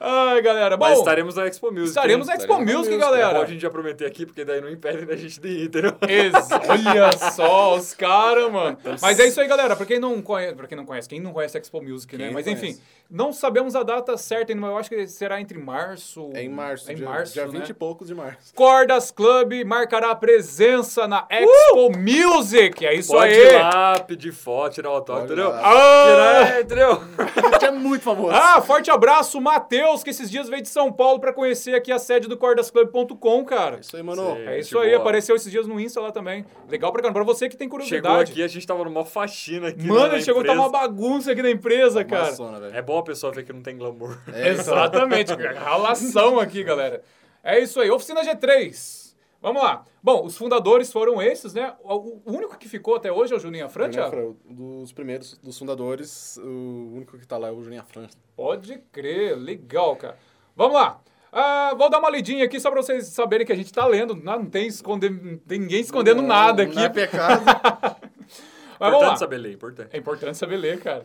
[SPEAKER 1] Ai, galera. Bom,
[SPEAKER 2] Mas estaremos na Expo Music.
[SPEAKER 1] estaremos na
[SPEAKER 2] hein?
[SPEAKER 1] Expo
[SPEAKER 3] Estaremos na
[SPEAKER 1] Music,
[SPEAKER 3] Music,
[SPEAKER 2] Bom,
[SPEAKER 1] galera.
[SPEAKER 2] a gente já prometer aqui, porque daí não impede da gente de ir, entendeu?
[SPEAKER 1] Ex- Olha só os caras, mano. Mas é isso aí, galera. Pra quem não conhece, pra quem não conhece, quem não conhece a Expo Music, né?
[SPEAKER 3] Quem
[SPEAKER 1] Mas
[SPEAKER 3] não
[SPEAKER 1] enfim,
[SPEAKER 3] conhece?
[SPEAKER 1] não sabemos a data certa ainda, mas eu acho que será entre março.
[SPEAKER 3] É em março,
[SPEAKER 1] É em
[SPEAKER 3] dia,
[SPEAKER 1] março,
[SPEAKER 3] dia
[SPEAKER 1] né?
[SPEAKER 3] 20 e poucos de março.
[SPEAKER 1] Cordas Club marcará presença na Expo
[SPEAKER 3] Uh!
[SPEAKER 1] Music. É isso
[SPEAKER 2] Pode
[SPEAKER 1] aí.
[SPEAKER 2] ir lá, pedir foto, tirar autógrafo,
[SPEAKER 3] Pode
[SPEAKER 2] entendeu?
[SPEAKER 3] lá.
[SPEAKER 1] Ah!
[SPEAKER 2] Tirar, entendeu?
[SPEAKER 3] Ele é muito famoso.
[SPEAKER 1] Ah, forte abraço, Matheus, que esses dias veio de São Paulo pra conhecer aqui a sede do cordasclub.com, cara.
[SPEAKER 3] Isso aí, mano.
[SPEAKER 2] Sei.
[SPEAKER 1] É
[SPEAKER 2] Gente
[SPEAKER 1] isso aí,
[SPEAKER 2] boa.
[SPEAKER 1] apareceu esses dias no Insta lá também. Legal pra caramba, pra você que tem
[SPEAKER 2] Chegou
[SPEAKER 1] curiosidade.
[SPEAKER 2] aqui, a gente tava numa faxina aqui.
[SPEAKER 1] Mano,
[SPEAKER 2] né, na
[SPEAKER 1] ele chegou a tá
[SPEAKER 2] empresa.
[SPEAKER 1] uma bagunça aqui na empresa, cara.
[SPEAKER 3] Maçona, velho.
[SPEAKER 2] É bom a pessoa ver que não tem glamour.
[SPEAKER 3] É,
[SPEAKER 1] Exatamente, cara. ralação aqui, galera. É isso aí, Oficina G3. Vamos lá. Bom, os fundadores foram esses, né? O o único que ficou até hoje é o Juninho Fran,
[SPEAKER 3] Juninho
[SPEAKER 1] Thiago?
[SPEAKER 3] Afran, um dos primeiros, dos fundadores, o único que tá lá é o Juninho França.
[SPEAKER 1] Pode crer, legal, cara. Vamos lá. Ah, vou dar uma lidinha aqui só pra vocês saberem que a gente tá lendo. Não tem, esconder, não tem ninguém escondendo nada aqui.
[SPEAKER 3] Não é pecado.
[SPEAKER 1] Mas vamos lá.
[SPEAKER 2] Importante saber ler, importante.
[SPEAKER 1] É importante saber ler, cara.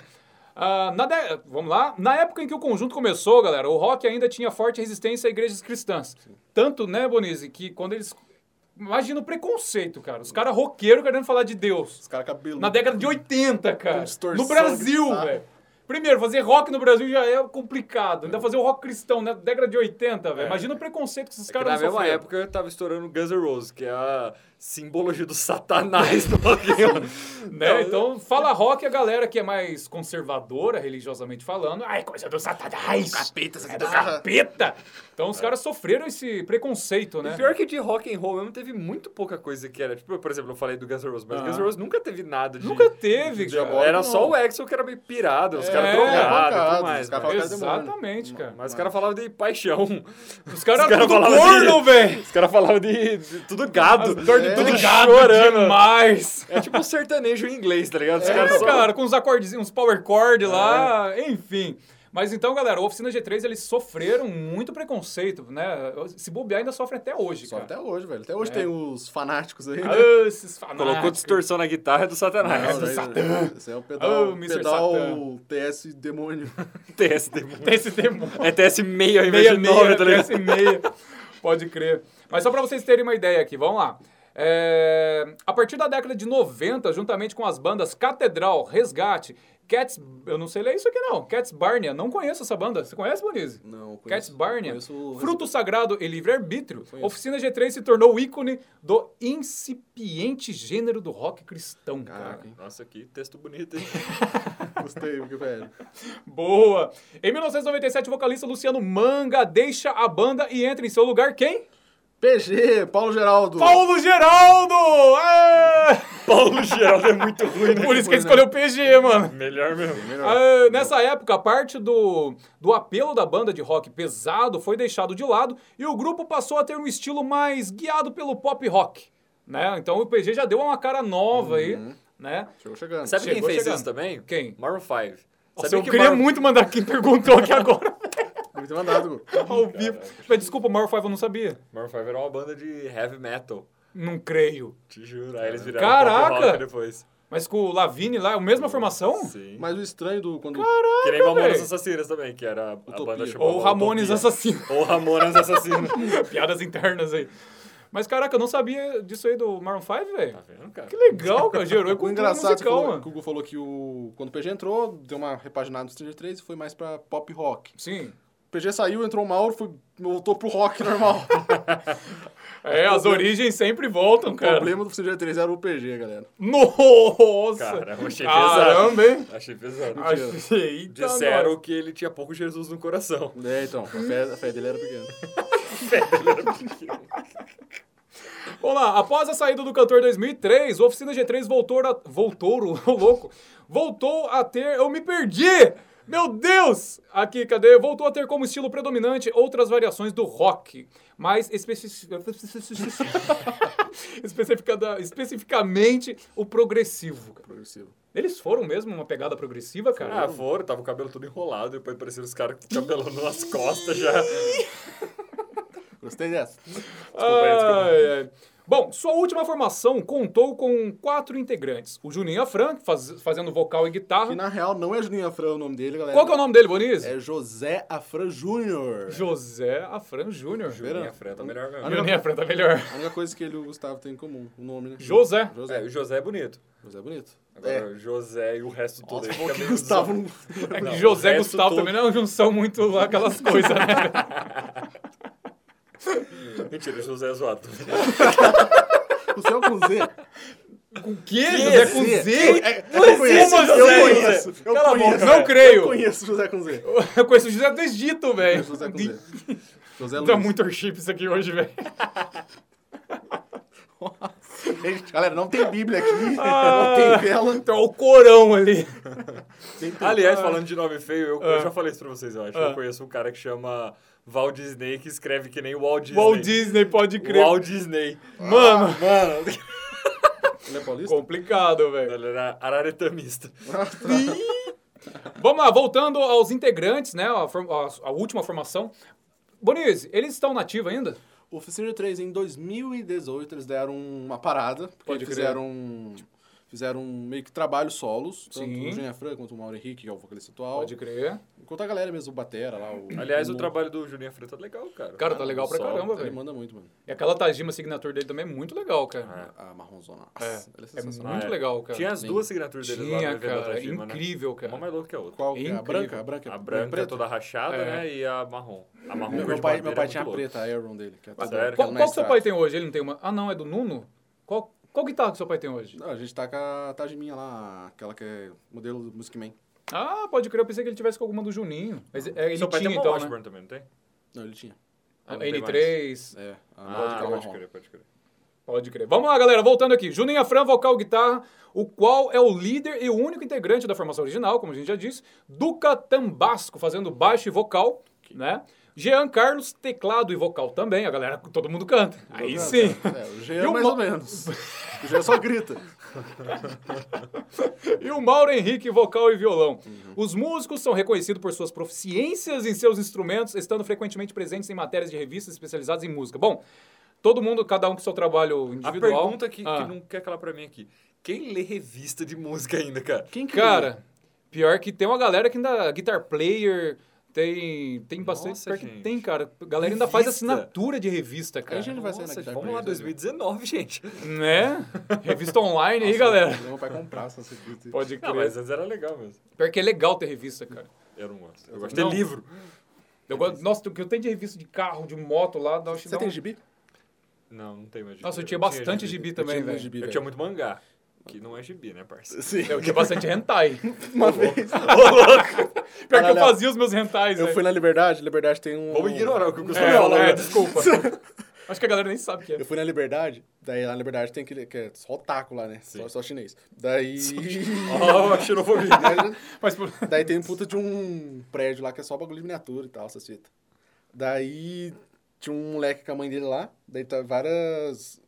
[SPEAKER 1] Ah, na de- Vamos lá. Na época em que o conjunto começou, galera, o rock ainda tinha forte resistência a igrejas cristãs. Tanto, né, Bonizzi, que quando eles. Imagina o preconceito, cara. Os caras roqueiros querendo falar de Deus.
[SPEAKER 3] Os caras cabeludos.
[SPEAKER 1] Na década de 80, cara.
[SPEAKER 3] distorção
[SPEAKER 1] No Brasil,
[SPEAKER 3] que tá.
[SPEAKER 1] velho. Primeiro, fazer rock no Brasil já é complicado. Ainda fazer o rock cristão na década de 80, velho. Imagina o preconceito que esses
[SPEAKER 2] É. Que
[SPEAKER 1] caras
[SPEAKER 2] na
[SPEAKER 1] não
[SPEAKER 2] mesma
[SPEAKER 1] sofreram.
[SPEAKER 2] época eu tava estourando Guns N' Roses, que é a simbologia do satanás do rock.
[SPEAKER 1] Né? Então, fala rock a galera que é mais conservadora, religiosamente falando. Ai, coisa do satanás! Capeta, é do capeta! Então, os caras sofreram esse preconceito, né?
[SPEAKER 2] E pior que de rock and roll mesmo teve muito pouca coisa que era. Tipo, por exemplo, eu falei do Guns N' Roses, mas
[SPEAKER 1] Ah.
[SPEAKER 2] Guns N' Roses nunca teve nada de.
[SPEAKER 1] Nunca teve,
[SPEAKER 2] de-
[SPEAKER 1] cara.
[SPEAKER 3] agora.
[SPEAKER 2] Era
[SPEAKER 3] não.
[SPEAKER 2] só o Axel que era meio pirado, os
[SPEAKER 1] É,
[SPEAKER 2] caras drogados e tudo mais.
[SPEAKER 3] os caras
[SPEAKER 2] mas-
[SPEAKER 3] falavam-
[SPEAKER 1] Exatamente, cara.
[SPEAKER 2] Mas os caras falavam de paixão.
[SPEAKER 1] Os caras
[SPEAKER 2] os caras
[SPEAKER 1] eram tudo
[SPEAKER 2] falavam
[SPEAKER 1] corno, velho!
[SPEAKER 2] Os caras falavam de, de tudo gado.
[SPEAKER 1] Dor de
[SPEAKER 3] É.
[SPEAKER 1] tudo
[SPEAKER 2] tudo
[SPEAKER 1] gado
[SPEAKER 2] chorando.
[SPEAKER 1] demais!
[SPEAKER 2] É tipo um sertanejo em inglês, tá ligado? Os
[SPEAKER 1] É,
[SPEAKER 2] caras só- É.
[SPEAKER 1] cara, com uns acordes, uns power chord lá, enfim. Mas então, galera, a Oficina G3, eles sofreram muito preconceito, né? Se bobear, ainda sofre até hoje,
[SPEAKER 3] Só
[SPEAKER 1] cara.
[SPEAKER 3] até hoje, velho. Até hoje
[SPEAKER 1] É.
[SPEAKER 3] tem os fanáticos aí, né?
[SPEAKER 1] Ah, esses fanáticos.
[SPEAKER 2] Colocou distorção na guitarra é do
[SPEAKER 1] Ah,
[SPEAKER 2] satanás.
[SPEAKER 3] Não, daí- Esse é o pedal,
[SPEAKER 1] Oh, Mr.
[SPEAKER 3] pedal
[SPEAKER 1] Satan.
[SPEAKER 3] TS demônio.
[SPEAKER 2] TS demônio.
[SPEAKER 1] Desse demônio.
[SPEAKER 2] É TS meio ao invés
[SPEAKER 1] meia
[SPEAKER 2] de nove,
[SPEAKER 1] meia,
[SPEAKER 2] tá ligado?
[SPEAKER 1] peça e meia. Pode crer. Mas só para vocês terem uma ideia aqui, vamos lá. É, a partir da década de 90, juntamente com as bandas Catedral, Resgate, Cats... Eu não sei ler isso aqui não. Cats Barnia. Não conheço essa banda. Você conhece, Bonizzi?
[SPEAKER 3] Não, conheço,
[SPEAKER 1] Cats Barnia.
[SPEAKER 3] conheço o-
[SPEAKER 1] Fruto Sagrado e Livre Arbítrio. Oficina G3 se tornou o ícone do incipiente gênero do rock cristão, cara.
[SPEAKER 3] Caraca, hein?
[SPEAKER 2] Nossa, que texto bonito, hein?
[SPEAKER 3] Gostei, porque, velho.
[SPEAKER 1] Boa! Em 1997, o vocalista Luciano Manga deixa a banda e entra em seu lugar quem?
[SPEAKER 3] PG, Paulo Geraldo.
[SPEAKER 1] Paulo Geraldo! É!
[SPEAKER 2] Paulo Geraldo é muito ruim, né?
[SPEAKER 1] Por isso que ele escolheu o PG, mano.
[SPEAKER 2] Melhor mesmo.
[SPEAKER 1] Ah, nessa época, parte do, do apelo da banda de rock pesado foi deixado de lado e o grupo passou a ter um estilo mais guiado pelo pop rock. Né? Então o PG já deu uma cara nova
[SPEAKER 2] Uhum.
[SPEAKER 1] aí, né?
[SPEAKER 3] Chegou chegando.
[SPEAKER 2] Sabe
[SPEAKER 1] Chegou
[SPEAKER 2] quem fez
[SPEAKER 1] chegando.
[SPEAKER 2] isso também?
[SPEAKER 1] Quem?
[SPEAKER 2] Maroon 5.
[SPEAKER 1] Nossa,
[SPEAKER 2] Sabia
[SPEAKER 1] eu
[SPEAKER 2] que
[SPEAKER 1] queria
[SPEAKER 2] Maroon-
[SPEAKER 1] muito mandar quem perguntou aqui agora,
[SPEAKER 3] Deve ter mandado.
[SPEAKER 1] ao vivo. Mas desculpa, o Maroon 5 eu não sabia.
[SPEAKER 2] Maroon 5 era uma banda de heavy metal.
[SPEAKER 1] Não creio.
[SPEAKER 2] Te juro. Aí eles viraram
[SPEAKER 1] Caraca!
[SPEAKER 2] pop rock depois.
[SPEAKER 1] Mas com o Lavigne lá, é a mesma formação?
[SPEAKER 2] Sim.
[SPEAKER 3] Mas o estranho do... Quando...
[SPEAKER 2] que nem Mamonas
[SPEAKER 1] velho.
[SPEAKER 2] Assassinas também, que era a banda chamada
[SPEAKER 1] Ou Ramones
[SPEAKER 2] Utopia.
[SPEAKER 1] Assassino.
[SPEAKER 2] Ou Ramones Assassino.
[SPEAKER 1] Piadas internas aí. Mas caraca, eu não sabia disso aí do Maroon 5,
[SPEAKER 2] tá
[SPEAKER 1] velho.
[SPEAKER 2] vendo, cara?
[SPEAKER 1] Que legal, cara. Gerou
[SPEAKER 3] O
[SPEAKER 1] cultura
[SPEAKER 3] É engraçado que,
[SPEAKER 1] musical,
[SPEAKER 3] falou, que
[SPEAKER 1] mano.
[SPEAKER 3] o Hugo falou que o, quando o PG entrou, deu uma repaginada no Stranger 3 e foi mais pra pop rock.
[SPEAKER 1] Sim.
[SPEAKER 3] O PG saiu, entrou o Mauro, foi, voltou pro rock normal.
[SPEAKER 1] É, as origens sempre voltam,
[SPEAKER 2] um
[SPEAKER 3] o
[SPEAKER 1] cara.
[SPEAKER 3] problema do Stranger 3 era o PG, galera.
[SPEAKER 1] Nossa!
[SPEAKER 2] Cara, eu achei pesado.
[SPEAKER 1] Caramba, hein? tá
[SPEAKER 2] Achei pesado.
[SPEAKER 3] Mentira.
[SPEAKER 1] Achei. eita,
[SPEAKER 2] Disseram
[SPEAKER 1] nós.
[SPEAKER 2] que ele tinha pouco Jesus no coração.
[SPEAKER 3] É, então, a fé, a fé dele era pequena.
[SPEAKER 1] Vamos lá, após a saída do cantor em 2003, o Oficina G3 voltou a... Voltou, o louco. Voltou a ter... Eu me perdi! Meu Deus! Aqui, cadê? Voltou a ter como estilo predominante outras variações do rock. Mas especi- especificada- especificamente o progressivo.
[SPEAKER 3] Progressivo.
[SPEAKER 1] Eles foram mesmo uma pegada progressiva, cara?
[SPEAKER 2] Ah, foram, tava o cabelo todo enrolado, depois apareceram os caras com o cabelo nas costas já.
[SPEAKER 3] Gostei dessa.
[SPEAKER 2] aí, desculpa.
[SPEAKER 1] Ai, ai. Bom, sua última formação contou com quatro integrantes. O Juninho Afran, faz- fazendo vocal e
[SPEAKER 3] Que
[SPEAKER 1] guitarra.
[SPEAKER 3] na real não é Juninho Afran o nome dele, galera.
[SPEAKER 1] Qual que é o nome dele, Bonizzi?
[SPEAKER 3] É José Afran Júnior.
[SPEAKER 1] José Afran Júnior.
[SPEAKER 2] Minha frente tá melhor mesmo.
[SPEAKER 3] Ah, não.
[SPEAKER 1] Juninho Afran tá melhor.
[SPEAKER 3] A única coisa que ele e o Gustavo têm em comum, o nome, né?
[SPEAKER 1] José.
[SPEAKER 2] É, o
[SPEAKER 3] José.
[SPEAKER 2] José é bonito.
[SPEAKER 3] José é bonito.
[SPEAKER 2] Agora, o José e o resto todo
[SPEAKER 3] Nossa,
[SPEAKER 2] aí
[SPEAKER 3] falou
[SPEAKER 2] fica
[SPEAKER 3] que
[SPEAKER 2] meio
[SPEAKER 3] Gustavo
[SPEAKER 2] zoado.
[SPEAKER 3] não...
[SPEAKER 1] É que
[SPEAKER 2] Não,
[SPEAKER 1] José
[SPEAKER 2] o
[SPEAKER 1] e
[SPEAKER 2] resto
[SPEAKER 1] Gustavo
[SPEAKER 2] todo-
[SPEAKER 1] também não é uma junção muito lá, aquelas coisas, né?
[SPEAKER 2] Mentira, o José é zoado.
[SPEAKER 3] O seu é com Z.
[SPEAKER 1] Com que? José com Z? assim,
[SPEAKER 3] É, eu conheço,
[SPEAKER 1] José
[SPEAKER 3] eu
[SPEAKER 1] com Z.
[SPEAKER 3] conheço. Eu
[SPEAKER 2] Cala a boca,
[SPEAKER 3] conheço.
[SPEAKER 1] Não
[SPEAKER 3] Eu
[SPEAKER 1] creio.
[SPEAKER 3] conheço José com Z.
[SPEAKER 1] Eu conheço o José do Egito, velho.
[SPEAKER 3] José com Z. José
[SPEAKER 1] Tá
[SPEAKER 3] Luiz.
[SPEAKER 1] muito worship isso aqui hoje, velho.
[SPEAKER 3] Gente, Galera, não tem Bíblia aqui, não tem vela.
[SPEAKER 1] Tá o corão ali.
[SPEAKER 3] tem tudo.
[SPEAKER 2] Aliás, falando de nome feio, eu, eu já falei isso pra vocês, eu acho. Eu conheço um cara que chama Walt Disney, que escreve que nem Walt Disney.
[SPEAKER 1] Walt Disney, pode crer.
[SPEAKER 2] Walt Disney.
[SPEAKER 1] Mano,
[SPEAKER 2] Mano,
[SPEAKER 3] Ele é paulista?
[SPEAKER 1] complicado, velho.
[SPEAKER 2] ele era araretamista.
[SPEAKER 1] Vamos lá, voltando aos integrantes, né? A, form- a- a última formação. Bonizzi, eles estão nativos ainda?
[SPEAKER 3] O Oficina 3, em 2018, eles deram uma parada, porque
[SPEAKER 1] Pode crer.
[SPEAKER 3] fizeram, um- fizeram um meio que trabalho solos, tanto
[SPEAKER 1] Sim.
[SPEAKER 3] o Júnior Fran quanto o Mauro Henrique, que é o vocalista atual.
[SPEAKER 1] Pode crer.
[SPEAKER 3] Enquanto a galera mesmo, o Batera lá. O,
[SPEAKER 2] Aliás, o
[SPEAKER 3] Lu-
[SPEAKER 2] trabalho do Juninho Freta é legal, cara.
[SPEAKER 1] Cara, tá legal pra
[SPEAKER 2] Solo.
[SPEAKER 1] caramba,
[SPEAKER 3] Ele
[SPEAKER 1] velho.
[SPEAKER 3] manda muito, mano.
[SPEAKER 1] E aquela Tajima signature dele também é muito legal, cara.
[SPEAKER 3] A marronzona.
[SPEAKER 1] É,
[SPEAKER 3] Nossa, ela é
[SPEAKER 1] é
[SPEAKER 3] sensacional.
[SPEAKER 1] muito
[SPEAKER 2] Ah, é.
[SPEAKER 1] legal, cara.
[SPEAKER 2] Tinha as
[SPEAKER 3] Sim.
[SPEAKER 2] duas signaturas dele lá
[SPEAKER 1] Tinha,
[SPEAKER 2] no evento da
[SPEAKER 1] é, cara. é
[SPEAKER 2] Tima, né?
[SPEAKER 1] Incrível, cara.
[SPEAKER 2] Uma mais louca que a outra.
[SPEAKER 3] Qual que é? A
[SPEAKER 1] Incrível.
[SPEAKER 3] branca? A branca,
[SPEAKER 2] A branca é
[SPEAKER 3] preta?
[SPEAKER 2] toda rachada,
[SPEAKER 1] É.
[SPEAKER 2] né? E a marrom. A marrom
[SPEAKER 3] Meu,
[SPEAKER 2] cor
[SPEAKER 3] meu
[SPEAKER 2] de
[SPEAKER 3] pai,
[SPEAKER 2] bandeira
[SPEAKER 3] meu
[SPEAKER 2] é
[SPEAKER 3] pai
[SPEAKER 2] muito
[SPEAKER 3] tinha a
[SPEAKER 2] louca.
[SPEAKER 3] preta, a Aeron dele. Que é toda-
[SPEAKER 2] sério?
[SPEAKER 3] que é
[SPEAKER 1] Qual, qual que seu
[SPEAKER 3] extrato.
[SPEAKER 1] pai tem hoje? Ele não tem uma. Ah, não, é do Nuno? Qual, qual guitarra que seu pai tem hoje?
[SPEAKER 3] Não, a gente tá com a Tajiminha lá, aquela que é modelo do Music Man.
[SPEAKER 1] Ah, pode crer, eu pensei que ele tivesse com alguma do Juninho. Mas é, ele
[SPEAKER 2] Seu pai
[SPEAKER 1] tinha
[SPEAKER 2] tem uma
[SPEAKER 1] então, né?
[SPEAKER 2] Washburn também, não tem?
[SPEAKER 3] Não, ele tinha.
[SPEAKER 1] A
[SPEAKER 2] Não tem
[SPEAKER 1] N3.
[SPEAKER 3] É, a
[SPEAKER 2] Ah,
[SPEAKER 3] Nova
[SPEAKER 2] pode
[SPEAKER 3] de
[SPEAKER 2] crer, pode crer.
[SPEAKER 1] Pode crer. Vamos lá, galera, voltando aqui. Juninho Afran, vocal, guitarra, o qual é o líder e o único integrante da formação original, como a gente já disse. Duca Tambasco, fazendo baixo e vocal, né? Jean Carlos, teclado e vocal também. A galera, todo mundo canta. Aí sim.
[SPEAKER 3] É, o G
[SPEAKER 1] E
[SPEAKER 3] é
[SPEAKER 1] o
[SPEAKER 3] mais
[SPEAKER 1] Ma-
[SPEAKER 3] ou menos. O G só grita.
[SPEAKER 1] E o Mauro Henrique, vocal e violão. Os músicos são reconhecidos por suas proficiências em seus instrumentos, estando frequentemente presentes em matérias de revistas especializadas em música. Bom, todo mundo, cada um com seu trabalho
[SPEAKER 2] A
[SPEAKER 1] individual.
[SPEAKER 2] pergunta que,
[SPEAKER 1] Ah.
[SPEAKER 2] que não quer calar pra mim aqui. Quem lê revista de música ainda, cara?
[SPEAKER 3] Quem que
[SPEAKER 1] Cara, pior que tem uma galera que ainda guitar player, Tem, tem bastante.
[SPEAKER 2] Nossa,
[SPEAKER 1] pior que
[SPEAKER 2] gente.
[SPEAKER 1] tem, cara. A galera ainda faz
[SPEAKER 2] Revista.
[SPEAKER 1] assinatura de revista, cara.
[SPEAKER 3] A gente não vai sair
[SPEAKER 2] Nossa,
[SPEAKER 3] na
[SPEAKER 2] vamos lá, 2019, gente.
[SPEAKER 1] Né? Revista online aí, galera.
[SPEAKER 3] Meu pai comprar essas revistas. aí.
[SPEAKER 1] Pode crer.
[SPEAKER 2] Não, mas antes era legal mesmo.
[SPEAKER 1] Pior que é legal ter revista, cara.
[SPEAKER 2] Eu não gosto. Eu
[SPEAKER 3] Eu
[SPEAKER 2] gosto de
[SPEAKER 1] também
[SPEAKER 2] ter
[SPEAKER 1] não.
[SPEAKER 2] livro.
[SPEAKER 1] Eu gosto, nossa, o que eu tenho de revista de carro, de moto lá, dá
[SPEAKER 3] Você tem gibi?
[SPEAKER 2] Não, não tem mais gibi.
[SPEAKER 1] Nossa, eu tinha bastante
[SPEAKER 2] gibi.
[SPEAKER 1] gibi também,
[SPEAKER 3] tinha
[SPEAKER 1] velho.
[SPEAKER 3] gibi,
[SPEAKER 2] Eu
[SPEAKER 3] velho.
[SPEAKER 2] tinha muito mangá. Que não é gibi, né, parça?
[SPEAKER 3] Sim.
[SPEAKER 1] Eu tinha bastante hentai.
[SPEAKER 3] Uma vez.
[SPEAKER 1] Pior que eu
[SPEAKER 3] Caralho.
[SPEAKER 1] fazia os meus hentais,
[SPEAKER 3] Eu
[SPEAKER 1] velho.
[SPEAKER 3] fui na Liberdade, Liberdade tem um.
[SPEAKER 2] Vamos ignorar o que o
[SPEAKER 1] É,
[SPEAKER 2] Gustavo falou.
[SPEAKER 1] é,
[SPEAKER 2] né?
[SPEAKER 1] desculpa. Acho que a galera nem sabe o que é.
[SPEAKER 3] Eu fui na Liberdade, daí lá na Liberdade tem aquele que é só taco lá, né? Só, só chinês. Daí.
[SPEAKER 2] Ó, a xenofobia.
[SPEAKER 1] Mas, por-
[SPEAKER 3] daí tem um puta de um prédio lá que é só bagulho de miniatura e tal, essas fitas. Daí tinha um moleque com a mãe dele lá, daí tá várias.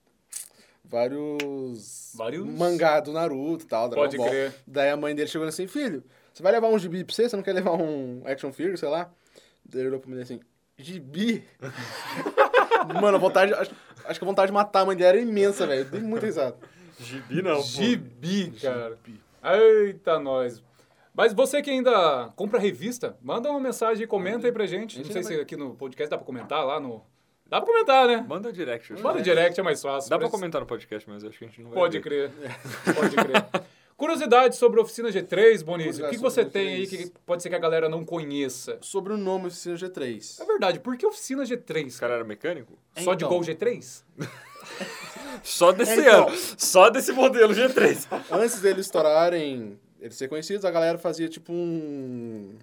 [SPEAKER 3] Vários.
[SPEAKER 1] Vários?
[SPEAKER 3] Mangá do Naruto e tal. Dragon
[SPEAKER 1] Pode
[SPEAKER 3] Ball.
[SPEAKER 1] crer.
[SPEAKER 3] Daí a mãe dele chegou assim: Filho, você vai levar um gibi pra você? Você não quer levar um action figure, sei lá? Daí ele olhou pra mim assim: Gibi? Mano, a vontade. Acho, acho que a vontade de matar a mãe dele era imensa, velho. Eu Dei muita risada.
[SPEAKER 2] Gibi não, pô.
[SPEAKER 1] Gibi, cara. Eita, nós. Mas você que ainda compra revista, manda uma mensagem e comenta aí pra gente. Não sei se aqui no podcast dá pra comentar lá no. Dá pra comentar, né?
[SPEAKER 2] Manda um direct. eu
[SPEAKER 1] Manda
[SPEAKER 2] acho.
[SPEAKER 1] direct, é mais fácil.
[SPEAKER 2] Dá pra
[SPEAKER 1] Parece-
[SPEAKER 2] comentar no podcast, mas eu acho que a gente não vai
[SPEAKER 1] Pode
[SPEAKER 2] ver.
[SPEAKER 1] crer.
[SPEAKER 3] É.
[SPEAKER 1] Pode crer. Curiosidade sobre a Oficina G3, Bonizio. O que, que
[SPEAKER 3] Curiosidade
[SPEAKER 1] você
[SPEAKER 3] sobre a
[SPEAKER 1] tem aí
[SPEAKER 3] G3.
[SPEAKER 1] que pode ser que a galera não conheça?
[SPEAKER 3] Sobre o nome Oficina
[SPEAKER 1] É
[SPEAKER 3] G3.
[SPEAKER 1] verdade, por que Oficina G3?
[SPEAKER 2] Esse cara era mecânico?
[SPEAKER 1] Só de
[SPEAKER 3] Então.
[SPEAKER 1] Gol G3?
[SPEAKER 2] Só desse
[SPEAKER 3] Então.
[SPEAKER 2] ano. Só desse modelo G3.
[SPEAKER 3] Antes deles estourarem, eles ser conhecidos, a galera fazia tipo um.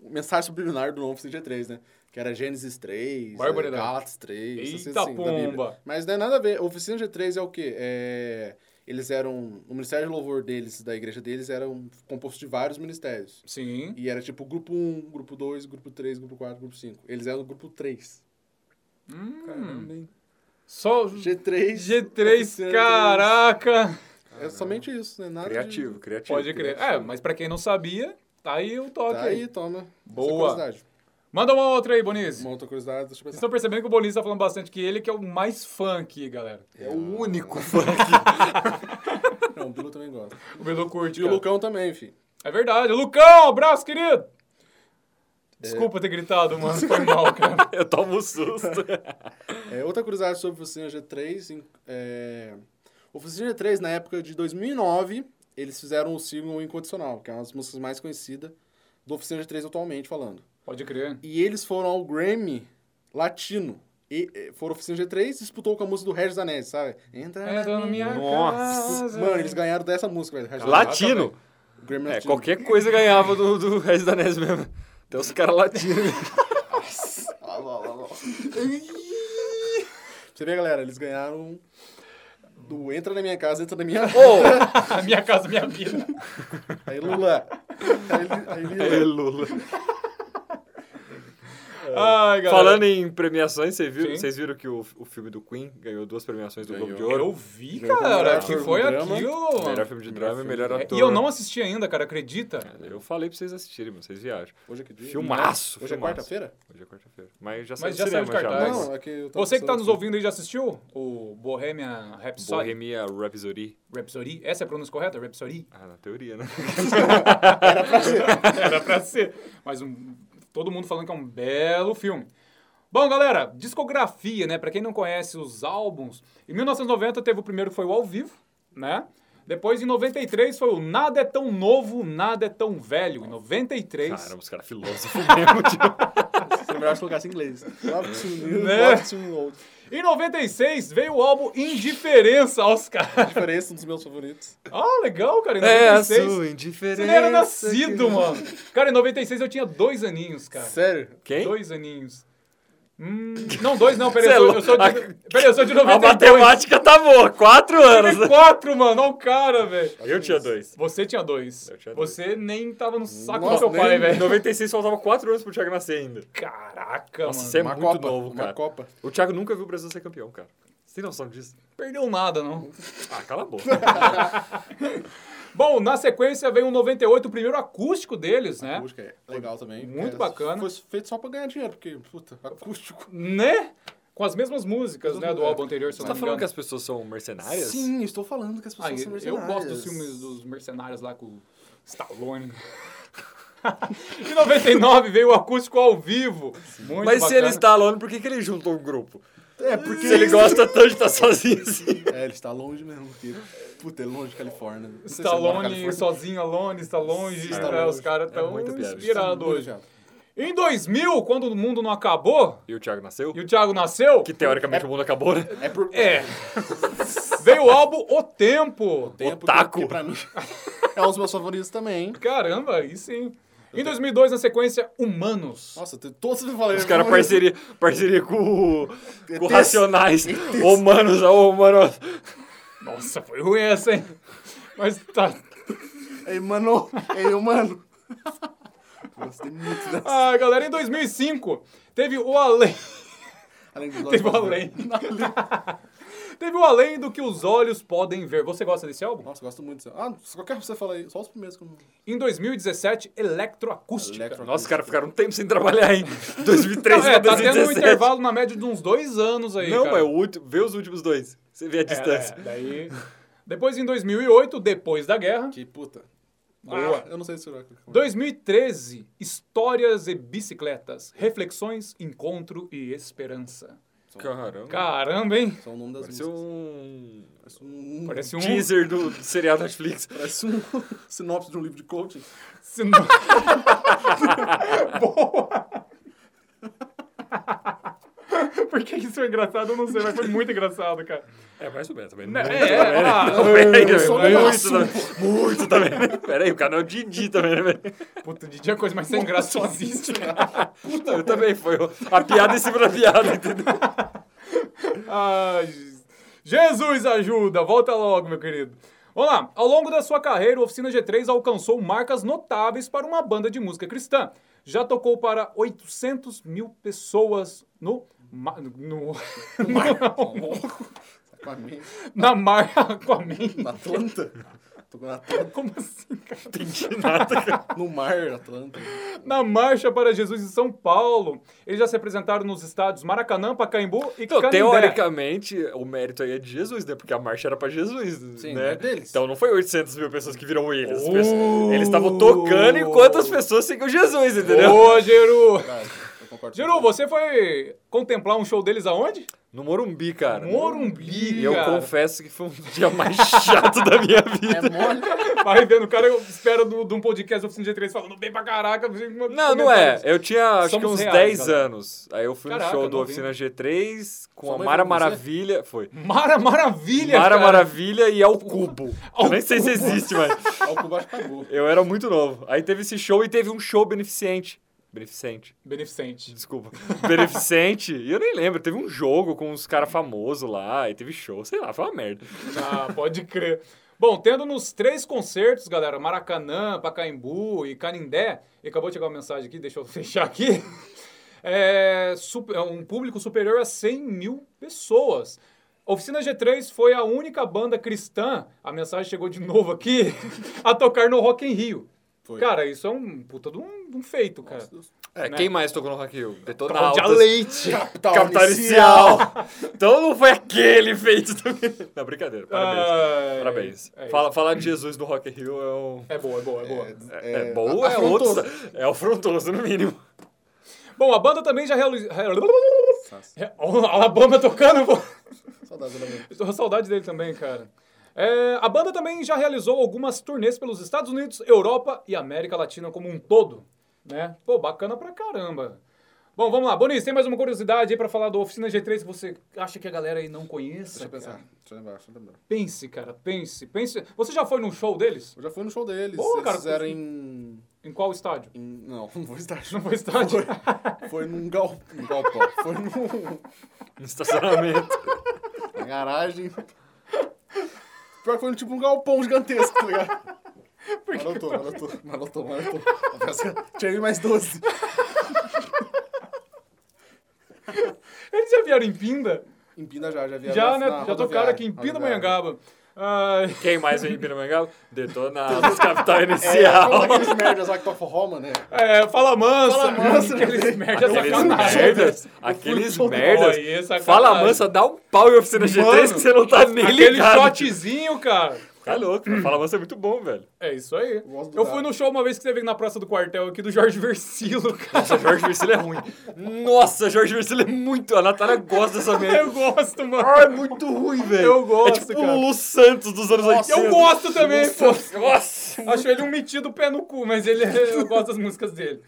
[SPEAKER 3] um Mensagem subliminar do nome Oficina G3, né? Que era Gênesis 3, é,
[SPEAKER 1] Barbaridade.
[SPEAKER 3] Galatas 3, essas
[SPEAKER 1] Eita
[SPEAKER 3] coisas assim, da Bíblia.
[SPEAKER 1] pomba!
[SPEAKER 3] Mas não é nada a ver. A Oficina G3 é o quê? É, Eles eram. O ministério de louvor deles, da igreja deles, era um- composto de vários ministérios.
[SPEAKER 1] Sim.
[SPEAKER 3] E era tipo grupo 1, grupo 2, grupo 3, grupo 4, grupo 5. Eles eram o grupo 3.
[SPEAKER 1] Hum. Só
[SPEAKER 3] G3.
[SPEAKER 1] G3,
[SPEAKER 3] Oficina
[SPEAKER 1] caraca!
[SPEAKER 3] É somente isso, né? Nada de-
[SPEAKER 2] Criativo, criativo.
[SPEAKER 1] Pode crer. É, mas pra quem não sabia, tá aí o toque
[SPEAKER 3] Tá
[SPEAKER 1] aí.
[SPEAKER 3] aí, toma. Essa
[SPEAKER 1] Boa.
[SPEAKER 3] curiosidade.
[SPEAKER 1] Manda uma outra aí, Bonizio.
[SPEAKER 3] Uma outra curiosidade, deixa eu
[SPEAKER 1] Vocês
[SPEAKER 3] pensar.
[SPEAKER 1] estão percebendo que o Bonizio tá falando bastante que ele que é o mais fã aqui, galera.
[SPEAKER 2] É o único fã.
[SPEAKER 1] Então-
[SPEAKER 3] Não, o Bilu também gosta.
[SPEAKER 1] O Belu curte,
[SPEAKER 3] E o É.
[SPEAKER 1] cara.
[SPEAKER 3] Lucão também, fi.
[SPEAKER 1] É verdade. Lucão, abraço, querido! Desculpa ter gritado, mano. Foi mal, cara.
[SPEAKER 2] Eu tomo um susto.
[SPEAKER 3] É, outra curiosidade sobre Oficina G3. em- É... Oficina G3, na época de 2009, eles fizeram o single Incondicional, que é uma das músicas mais conhecidas do Oficina G3 atualmente falando.
[SPEAKER 1] Pode crer.
[SPEAKER 3] E eles foram ao Grammy Latino. E, eh, foram Oficina G3 e disputou com a música do Regis Danese, sabe? Entra
[SPEAKER 1] É, dona minha
[SPEAKER 2] Nossa.
[SPEAKER 1] casa.
[SPEAKER 3] Mano, eles ganharam dessa música, velho. Regis Danese.
[SPEAKER 2] Latino.
[SPEAKER 3] Grammy
[SPEAKER 2] É,
[SPEAKER 3] Latino.
[SPEAKER 2] qualquer coisa ganhava do, do Regis Danese mesmo. Até os caras latinos.
[SPEAKER 3] Ó, ó, ó, ó. Você vê, galera, eles ganharam um- do Entra na Minha Casa, Entra na Minha...
[SPEAKER 1] A minha casa, minha vida.
[SPEAKER 3] Aí, Lula. Aí, aí, Lula.
[SPEAKER 2] É, Lula.
[SPEAKER 3] É.
[SPEAKER 1] Ai, galera.
[SPEAKER 2] Falando em premiações, vocês viram,
[SPEAKER 1] Sim.
[SPEAKER 2] vocês viram que o, o filme do Queen ganhou duas premiações do Globo de
[SPEAKER 1] Eu,
[SPEAKER 2] Ouro?
[SPEAKER 1] vi,
[SPEAKER 3] Ganhou como
[SPEAKER 1] cara,
[SPEAKER 3] melhor
[SPEAKER 1] que
[SPEAKER 3] filme de
[SPEAKER 1] foi
[SPEAKER 3] drama,
[SPEAKER 1] aquilo.
[SPEAKER 2] Melhor filme de drama e melhor
[SPEAKER 1] É,
[SPEAKER 2] ator. É,
[SPEAKER 1] E eu não assisti ainda, cara, acredita?
[SPEAKER 2] Eu falei pra vocês assistirem, mas vocês viajam.
[SPEAKER 3] Hoje é que dia?
[SPEAKER 2] Filmaço,
[SPEAKER 3] Hoje é
[SPEAKER 2] filmaço.
[SPEAKER 3] quarta-feira?
[SPEAKER 2] Hoje é quarta-feira. Mas já saiu
[SPEAKER 1] Mas
[SPEAKER 2] do
[SPEAKER 1] já saiu
[SPEAKER 2] cinema,
[SPEAKER 1] de
[SPEAKER 2] já.
[SPEAKER 1] cartaz.
[SPEAKER 2] mas-
[SPEAKER 3] Não, é que eu tava
[SPEAKER 1] Você que tá
[SPEAKER 3] pensando
[SPEAKER 1] nos
[SPEAKER 3] aqui.
[SPEAKER 1] ouvindo aí já assistiu o Bohemian Rhapsody?
[SPEAKER 2] Bohemia Rhapsody.
[SPEAKER 1] Rhapsody? Essa é a pronúncia correta? Rhapsody?
[SPEAKER 2] Ah, na teoria, né?
[SPEAKER 1] Era pra ser. Mas um- todo mundo falando que é um belo filme. Bom, galera, discografia, né? Pra quem não conhece os álbuns, em 1990 teve o primeiro que foi o Ao Vivo, né? Depois, em 93, foi o Nada é Tão Novo, Nada é Tão Velho. Em 93,
[SPEAKER 2] Caramba, os um caras filósofos mesmo, tipo. tio.
[SPEAKER 3] Você melhor colocasse em inglês. Love to new,
[SPEAKER 1] Né?
[SPEAKER 3] love to old.
[SPEAKER 1] Em 96 veio o álbum Indiferença aos caras.
[SPEAKER 3] Diferença, um dos meus favoritos.
[SPEAKER 1] Ah, legal, cara. Em
[SPEAKER 2] É a
[SPEAKER 1] 96.
[SPEAKER 2] sua indiferença.
[SPEAKER 1] Você nem era
[SPEAKER 2] que-
[SPEAKER 1] nascido, mano. Cara, em 96 eu tinha dois aninhos, cara.
[SPEAKER 3] Sério?
[SPEAKER 2] Quem?
[SPEAKER 1] Dois aninhos. Hum, não, dois não, peraí. Eu,
[SPEAKER 2] é Cê é
[SPEAKER 1] sou-
[SPEAKER 2] louco.
[SPEAKER 1] eu sou de. Peraí, eu sou de
[SPEAKER 2] A
[SPEAKER 1] 92.
[SPEAKER 2] matemática tá boa, quatro anos. né?
[SPEAKER 1] quatro, mano. Olha o cara, velho.
[SPEAKER 2] Eu tinha dois.
[SPEAKER 1] Você tinha dois.
[SPEAKER 2] Eu tinha dois.
[SPEAKER 1] Você nem tava no saco do
[SPEAKER 3] Nossa,
[SPEAKER 1] seu pai,
[SPEAKER 3] nem-
[SPEAKER 2] Em
[SPEAKER 1] velho.
[SPEAKER 2] 96 faltava quatro anos pro Thiago nascer ainda.
[SPEAKER 1] Caraca,
[SPEAKER 2] Nossa,
[SPEAKER 1] mano.
[SPEAKER 2] você é
[SPEAKER 3] uma
[SPEAKER 2] muito
[SPEAKER 3] Copa.
[SPEAKER 2] novo,
[SPEAKER 3] uma
[SPEAKER 2] cara.
[SPEAKER 3] Copa.
[SPEAKER 2] O Thiago nunca viu o Brasil ser campeão, cara. Você tem noção disso?
[SPEAKER 1] Perdeu nada, não.
[SPEAKER 2] Ah, cala a boca.
[SPEAKER 1] Bom, na sequência veio um 98, o primeiro acústico deles, né?
[SPEAKER 3] Acústica é legal também.
[SPEAKER 1] Muito
[SPEAKER 3] É,
[SPEAKER 1] bacana.
[SPEAKER 3] Foi feito só pra ganhar dinheiro, porque, puta, acústico.
[SPEAKER 1] Né? Com as mesmas músicas, né, do álbum anterior, se
[SPEAKER 2] Você
[SPEAKER 1] eu
[SPEAKER 2] tá
[SPEAKER 1] não me
[SPEAKER 2] falando que
[SPEAKER 1] engano.
[SPEAKER 2] as pessoas são mercenárias?
[SPEAKER 3] Sim, estou falando que as pessoas
[SPEAKER 1] Ah, eu- eu
[SPEAKER 3] são mercenárias.
[SPEAKER 1] gosto dos filmes dos mercenários lá com o Stallone. Em 99 veio o acústico ao vivo. Muito
[SPEAKER 2] Mas se
[SPEAKER 1] bacana.
[SPEAKER 2] ele está alone, por que, que ele juntou um grupo?
[SPEAKER 3] É, porque.
[SPEAKER 2] Se ele gosta tanto de estar sozinho assim.
[SPEAKER 3] É, ele está longe mesmo. Porque, puta, é longe de Califórnia. Não sei
[SPEAKER 2] Tá
[SPEAKER 3] se ele mora na
[SPEAKER 1] Stallone
[SPEAKER 3] Califórnia.
[SPEAKER 1] sozinho, Alone, está longe.
[SPEAKER 2] Está
[SPEAKER 1] né,
[SPEAKER 3] longe.
[SPEAKER 1] Os caras
[SPEAKER 2] É
[SPEAKER 1] estão
[SPEAKER 2] muita piada.
[SPEAKER 1] inspirados
[SPEAKER 3] Muito
[SPEAKER 1] hoje.
[SPEAKER 3] chato.
[SPEAKER 1] Em 2000, quando o mundo não acabou
[SPEAKER 2] E o Thiago nasceu?
[SPEAKER 1] e o Thiago nasceu,
[SPEAKER 2] Que teoricamente o mundo acabou, né?
[SPEAKER 3] É por.
[SPEAKER 1] é. veio o álbum O Tempo.
[SPEAKER 3] Tem porque-
[SPEAKER 2] Otaku.
[SPEAKER 3] porque pra mim é um dos meus favoritos também, hein?
[SPEAKER 1] Caramba, aí sim. Em 2002, na sequência, Humanos.
[SPEAKER 3] Nossa, tem- todos vocês falando.
[SPEAKER 2] Os caras parceria, parceria com, o- com
[SPEAKER 3] ETs.
[SPEAKER 2] Racionais. Humanos, ó, humanos.
[SPEAKER 1] Nossa, foi ruim essa, hein? Mas tá.
[SPEAKER 3] Ei, mano. Ei, mano. Gostei muito dessa.
[SPEAKER 1] Ah, galera, em 2005 teve o Além.
[SPEAKER 3] Além dos
[SPEAKER 1] Teve o
[SPEAKER 3] olhos-
[SPEAKER 1] Além. teve o Além do que os olhos podem ver. Você gosta desse álbum?
[SPEAKER 3] Nossa, eu gosto muito disso. Ah, qualquer um que você fala aí. Só os primeiros que eu não...
[SPEAKER 1] Em 2017, Eletroacústica.
[SPEAKER 3] Electro-
[SPEAKER 2] Nossa, os caras ficaram um tempo sem trabalhar, hein? 2013
[SPEAKER 1] Não, é,
[SPEAKER 2] pra
[SPEAKER 1] tá tendo um
[SPEAKER 2] 2017.
[SPEAKER 1] intervalo na média de uns dois anos aí.
[SPEAKER 2] Não,
[SPEAKER 1] cara.
[SPEAKER 2] é o último. Vê os últimos dois. Você vê a
[SPEAKER 1] É,
[SPEAKER 2] distância.
[SPEAKER 1] é, daí. Depois, em 2008, depois da guerra.
[SPEAKER 3] Que puta.
[SPEAKER 1] Boa.
[SPEAKER 3] Ah, eu não sei se será que
[SPEAKER 1] 2013, Histórias e Bicicletas, Reflexões, Encontro e Esperança.
[SPEAKER 2] Caramba.
[SPEAKER 1] Caramba, hein?
[SPEAKER 3] São é o nome das
[SPEAKER 2] Parece
[SPEAKER 3] músicas.
[SPEAKER 2] um
[SPEAKER 3] Parece um...
[SPEAKER 1] Parece é um
[SPEAKER 2] teaser do, do seriado Netflix.
[SPEAKER 3] Parece um sinopse de um livro de coaching.
[SPEAKER 1] Sino- Boa! Por que isso é engraçado? Eu não sei, mas foi muito engraçado, cara.
[SPEAKER 2] É, mais ou menos também.
[SPEAKER 1] Não,
[SPEAKER 2] Muito
[SPEAKER 1] é, é,
[SPEAKER 2] também, né?
[SPEAKER 1] ah,
[SPEAKER 2] Não, peraí,
[SPEAKER 1] eu sou
[SPEAKER 2] também,
[SPEAKER 1] um
[SPEAKER 2] muito também. Muito também. né? Peraí, o canal Didi também, né, velho?
[SPEAKER 1] Puta, Didi é a coisa mais sem graça que existe, cara.
[SPEAKER 2] Puta,
[SPEAKER 1] Então,
[SPEAKER 2] eu também. Foi a piada em cima da piada, então. entendeu?
[SPEAKER 1] Ai, Jesus ajuda! Volta logo, meu querido. Vamos lá. Ao longo da sua carreira, o Oficina G3 alcançou marcas notáveis para uma banda de música cristã. Já tocou para 800 mil pessoas no... ma- No...
[SPEAKER 3] Com a minha.
[SPEAKER 1] na mar... Aquaman.
[SPEAKER 3] Na Atlanta. Tô na Atlanta.
[SPEAKER 1] Como assim, cara?
[SPEAKER 2] Entendi nada, cara.
[SPEAKER 3] No mar, Atlanta.
[SPEAKER 1] Na Marcha para Jesus em São Paulo. Eles já se apresentaram nos estádios Maracanã, Pacaembu e
[SPEAKER 2] Então,
[SPEAKER 1] Canindé.
[SPEAKER 2] teoricamente, o mérito aí é de Jesus, né? Porque a marcha era pra Jesus,
[SPEAKER 3] Sim,
[SPEAKER 2] né?
[SPEAKER 3] é deles.
[SPEAKER 2] Então não foi 800 mil pessoas que viram eles. As
[SPEAKER 1] Oh!
[SPEAKER 2] pessoas- Eles estavam tocando enquanto as pessoas seguiam Jesus, entendeu?
[SPEAKER 1] Ô, Geru!
[SPEAKER 3] Cara, eu concordo.
[SPEAKER 1] Geru, você foi contemplar um show deles aonde?
[SPEAKER 2] No Morumbi, cara.
[SPEAKER 1] Morumbi,
[SPEAKER 2] E eu
[SPEAKER 1] cara.
[SPEAKER 2] confesso que foi um dia mais chato da minha vida.
[SPEAKER 3] É mole.
[SPEAKER 1] Vai vendo, o cara espera do- de um podcast Oficina G3 falando bem pra caraca.
[SPEAKER 2] Não, não é. Eu tinha acho que
[SPEAKER 1] Somos
[SPEAKER 2] uns
[SPEAKER 1] reais,
[SPEAKER 2] 10
[SPEAKER 1] galera.
[SPEAKER 2] anos. Aí eu fui
[SPEAKER 1] Caraca,
[SPEAKER 2] no show do
[SPEAKER 1] novinho.
[SPEAKER 2] Oficina G3 com
[SPEAKER 3] Sua
[SPEAKER 2] a
[SPEAKER 3] mãe
[SPEAKER 2] Mara
[SPEAKER 3] foi com você?
[SPEAKER 2] Maravilha. Foi.
[SPEAKER 1] Mara um Maravilha,
[SPEAKER 2] Mara
[SPEAKER 1] cara.
[SPEAKER 2] Maravilha e Ao Cubo.
[SPEAKER 1] Ao
[SPEAKER 2] eu nem sei se existe, mas.
[SPEAKER 3] É o que o Baixo pagou.
[SPEAKER 2] Eu era muito novo. Aí teve esse show e teve um show beneficente. Beneficente,
[SPEAKER 1] Beneficente.
[SPEAKER 2] desculpa. Beneficente, e eu nem lembro. Teve um jogo com uns caras famosos lá, e teve show, sei lá, foi uma merda.
[SPEAKER 1] Ah, pode crer. Bom, tendo nos três concertos, galera, Maracanã, Pacaembu e Canindé, e acabou de chegar uma mensagem aqui, deixa eu fechar aqui. É, su- é um público superior a 100 mil pessoas. Oficina G3 foi a única banda cristã, a mensagem chegou de novo aqui, a tocar no Rock em Rio.
[SPEAKER 3] Foi.
[SPEAKER 1] Cara, isso é um puta de um, de um feito, cara.
[SPEAKER 2] É,
[SPEAKER 1] Né?
[SPEAKER 2] quem mais tocou no Rock in Rio?
[SPEAKER 1] Cláudia
[SPEAKER 2] Detonautas,
[SPEAKER 1] Leite.
[SPEAKER 3] Capital,
[SPEAKER 2] Capital Inicial. então não foi aquele feito também. Não, brincadeira, parabéns.
[SPEAKER 1] Ai,
[SPEAKER 2] Parabéns.
[SPEAKER 1] é isso.
[SPEAKER 2] Fala, falar de Jesus no Rock in Rio é um...
[SPEAKER 1] É boa, é boa, é boa.
[SPEAKER 2] É, é bom, é
[SPEAKER 3] afrontoso.
[SPEAKER 2] outro... É afrontoso, no mínimo.
[SPEAKER 1] Bom, a banda também já realizou... Alabama tocando, pô.
[SPEAKER 3] Saudades da minha.
[SPEAKER 1] Eu tô com saudade dele também, cara. É, a banda também já realizou algumas turnês pelos Estados Unidos, Europa e América Latina como um todo, né? Pô, bacana pra caramba. Bom, vamos lá. Bonis, tem mais uma curiosidade aí pra falar do Oficina G3 que você acha que a galera aí não conheça?
[SPEAKER 3] Deixa eu pensar.
[SPEAKER 1] cara?
[SPEAKER 3] Deixa eu lembrar, deixa eu lembrar.
[SPEAKER 1] Pense, cara, pense, pense. Você já foi num show deles?
[SPEAKER 3] Eu já fui no show deles.
[SPEAKER 1] Boa,
[SPEAKER 3] Eles
[SPEAKER 1] cara,
[SPEAKER 3] fizeram
[SPEAKER 1] foi-
[SPEAKER 3] em...
[SPEAKER 1] Em qual estádio?
[SPEAKER 3] em- Não, não vou estar.
[SPEAKER 1] Não foi estádio?
[SPEAKER 3] Foi num gal- num galpão. Foi num...
[SPEAKER 2] No estacionamento.
[SPEAKER 3] na garagem. Pior que foi tipo um galpão gigantesco, tá ligado? Marotou, marotou, marotou, marotou. Tirei mais 12.
[SPEAKER 1] Eles já vieram em Pinda?
[SPEAKER 3] Em Pinda já, já vieram.
[SPEAKER 1] Já,
[SPEAKER 3] na-
[SPEAKER 1] né?
[SPEAKER 3] na
[SPEAKER 1] Já tocaram
[SPEAKER 3] rodoviária,
[SPEAKER 1] aqui em Pinda,
[SPEAKER 3] rodoviária.
[SPEAKER 1] Manhangaba. Ai...
[SPEAKER 2] Quem mais vem em Piramangal? Detonautas, Capital
[SPEAKER 3] É, é um
[SPEAKER 2] Inicial.
[SPEAKER 3] daqueles merdas lá que toca forró, mano. né?
[SPEAKER 1] É, fala mansa.
[SPEAKER 3] Fala mansa,
[SPEAKER 1] Aqueles
[SPEAKER 3] né?
[SPEAKER 1] merda
[SPEAKER 2] Aqueles
[SPEAKER 1] sacanagem.
[SPEAKER 2] merdas, aqueles
[SPEAKER 3] show do
[SPEAKER 2] merdas.
[SPEAKER 1] Boy, é sacanagem.
[SPEAKER 2] Fala mansa, dá um pau em oficina G3
[SPEAKER 1] Mano,
[SPEAKER 2] que você não tá nem
[SPEAKER 1] Aquele
[SPEAKER 2] ligado.
[SPEAKER 1] shotzinho, cara.
[SPEAKER 2] Tá louco, mano. Fala Manso é muito bom, velho.
[SPEAKER 1] É isso aí.
[SPEAKER 3] gosto do
[SPEAKER 1] Eu
[SPEAKER 3] Dado.
[SPEAKER 1] fui no show uma vez que teve na Praça do Quartel aqui do Jorge Versilo, cara.
[SPEAKER 2] Nossa, Jorge Versilo é ruim. Nossa, Jorge Versilo é muito... A Natália gosta dessa merda.
[SPEAKER 1] Eu gosto, mano.
[SPEAKER 2] Ah, é muito ruim, velho.
[SPEAKER 1] Eu gosto,
[SPEAKER 2] é tipo
[SPEAKER 1] cara.
[SPEAKER 2] o Lu Santos dos anos 80.
[SPEAKER 1] Eu gosto também, pô.
[SPEAKER 2] Nossa.
[SPEAKER 1] Acho ele um metido pé no cu, mas ele, eu gosto das músicas dele.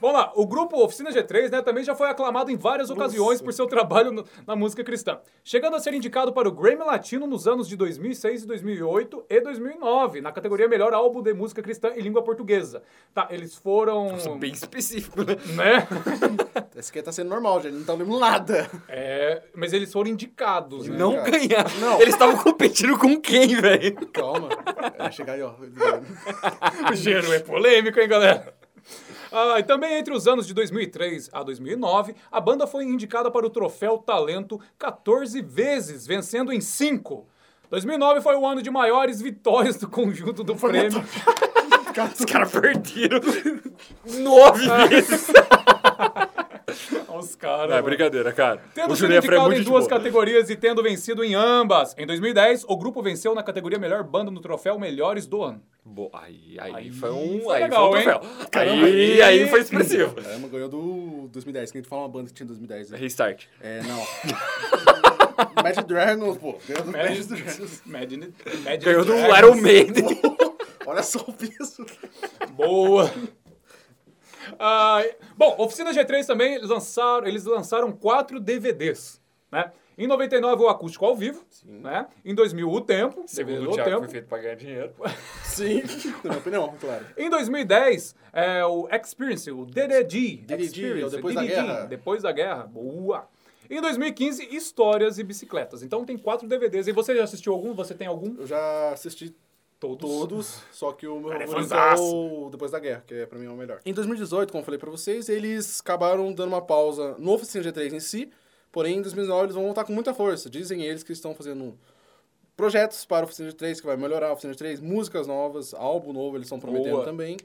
[SPEAKER 1] Vamos lá, o grupo Oficina G3 né, também já foi aclamado em várias ocasiões por seu trabalho no- na música cristã, chegando a ser indicado para o Grammy Latino nos anos de 2006, 2008 e 2009, na categoria Melhor Álbum de Música Cristã em Língua Portuguesa. Tá, eles foram...
[SPEAKER 2] Nossa, bem específico, né?
[SPEAKER 1] Né?
[SPEAKER 3] Esse aqui tá sendo normal, gente. Não tá vendo nada.
[SPEAKER 1] É, mas eles foram indicados, né?
[SPEAKER 2] É, Não
[SPEAKER 3] cara.
[SPEAKER 2] ganhar.
[SPEAKER 3] Não.
[SPEAKER 2] Eles estavam competindo com quem, velho?
[SPEAKER 3] Calma. Vai chegar aí, ó.
[SPEAKER 1] O gênero é polêmico, hein, galera? Ah, e também entre os anos de 2003 a 2009, a banda foi indicada para o Troféu Talento 14 vezes, vencendo em 5. 2009 foi o ano de maiores vitórias do conjunto do prêmio.
[SPEAKER 2] Os caras perderam nove vezes.
[SPEAKER 1] Aos caras.
[SPEAKER 2] Não, Ah. é
[SPEAKER 1] mano.
[SPEAKER 2] brincadeira, cara.
[SPEAKER 1] Tendo
[SPEAKER 2] o
[SPEAKER 1] sido
[SPEAKER 2] Julian Frey é
[SPEAKER 1] indicado
[SPEAKER 2] muito
[SPEAKER 1] em
[SPEAKER 2] gente
[SPEAKER 1] duas
[SPEAKER 2] boa.
[SPEAKER 1] categorias e tendo vencido em ambas. Em 2010, o grupo venceu na categoria Melhor Banda no Troféu Melhores do Ano.
[SPEAKER 2] Boa, Aí, aí,
[SPEAKER 1] Aí
[SPEAKER 2] foi um.
[SPEAKER 1] foi
[SPEAKER 2] aí
[SPEAKER 1] legal,
[SPEAKER 2] foi um
[SPEAKER 1] hein?
[SPEAKER 2] troféu.
[SPEAKER 1] Caramba,
[SPEAKER 2] Aí,
[SPEAKER 1] aí-
[SPEAKER 2] aí foi expressivo.
[SPEAKER 3] Caramba, ganhou do 2010. Quem tu fala uma banda que tinha em 2010? né?
[SPEAKER 2] Restart.
[SPEAKER 3] É, não. Magic Dragons, pô. Ganhou do Magic Dragons.
[SPEAKER 1] Imagine, Imagine
[SPEAKER 2] Ganhou do
[SPEAKER 1] Dragons.
[SPEAKER 2] Iron Maiden.
[SPEAKER 3] Olha só o peso.
[SPEAKER 1] Boa! Ah, bom, Oficina G3 também eles lançaram, eles lançaram quatro DVDs, né? Em 99 o acústico ao vivo, né? Em 2000 o tempo, DVD do tempo.
[SPEAKER 2] feito pra ganhar dinheiro.
[SPEAKER 3] Sim. Na minha opinião, claro.
[SPEAKER 1] Em 2010 é o Experience, o DDD,
[SPEAKER 3] DDD,
[SPEAKER 1] Experience,
[SPEAKER 3] é o Depois da Guerra.
[SPEAKER 1] Depois da Guerra. Boa. Em 2015 Histórias e Bicicletas. Então tem quatro DVDs. E você já assistiu algum? Você tem algum?
[SPEAKER 3] Eu já assisti
[SPEAKER 1] Todos.
[SPEAKER 3] todos, só que o meu
[SPEAKER 1] Cara, é
[SPEAKER 3] favorito é
[SPEAKER 1] fãzaço.
[SPEAKER 3] o Depois da Guerra, que é pra mim é o melhor. Em 2018, como eu falei pra vocês, eles acabaram dando uma pausa no Oficina G3 em si, porém em 2019 eles vão voltar com muita força. Dizem eles que estão fazendo projetos para o Oficina G3, que vai melhorar o Oficina G3, músicas novas, álbum novo eles estão prometendo
[SPEAKER 1] Boa.
[SPEAKER 3] também.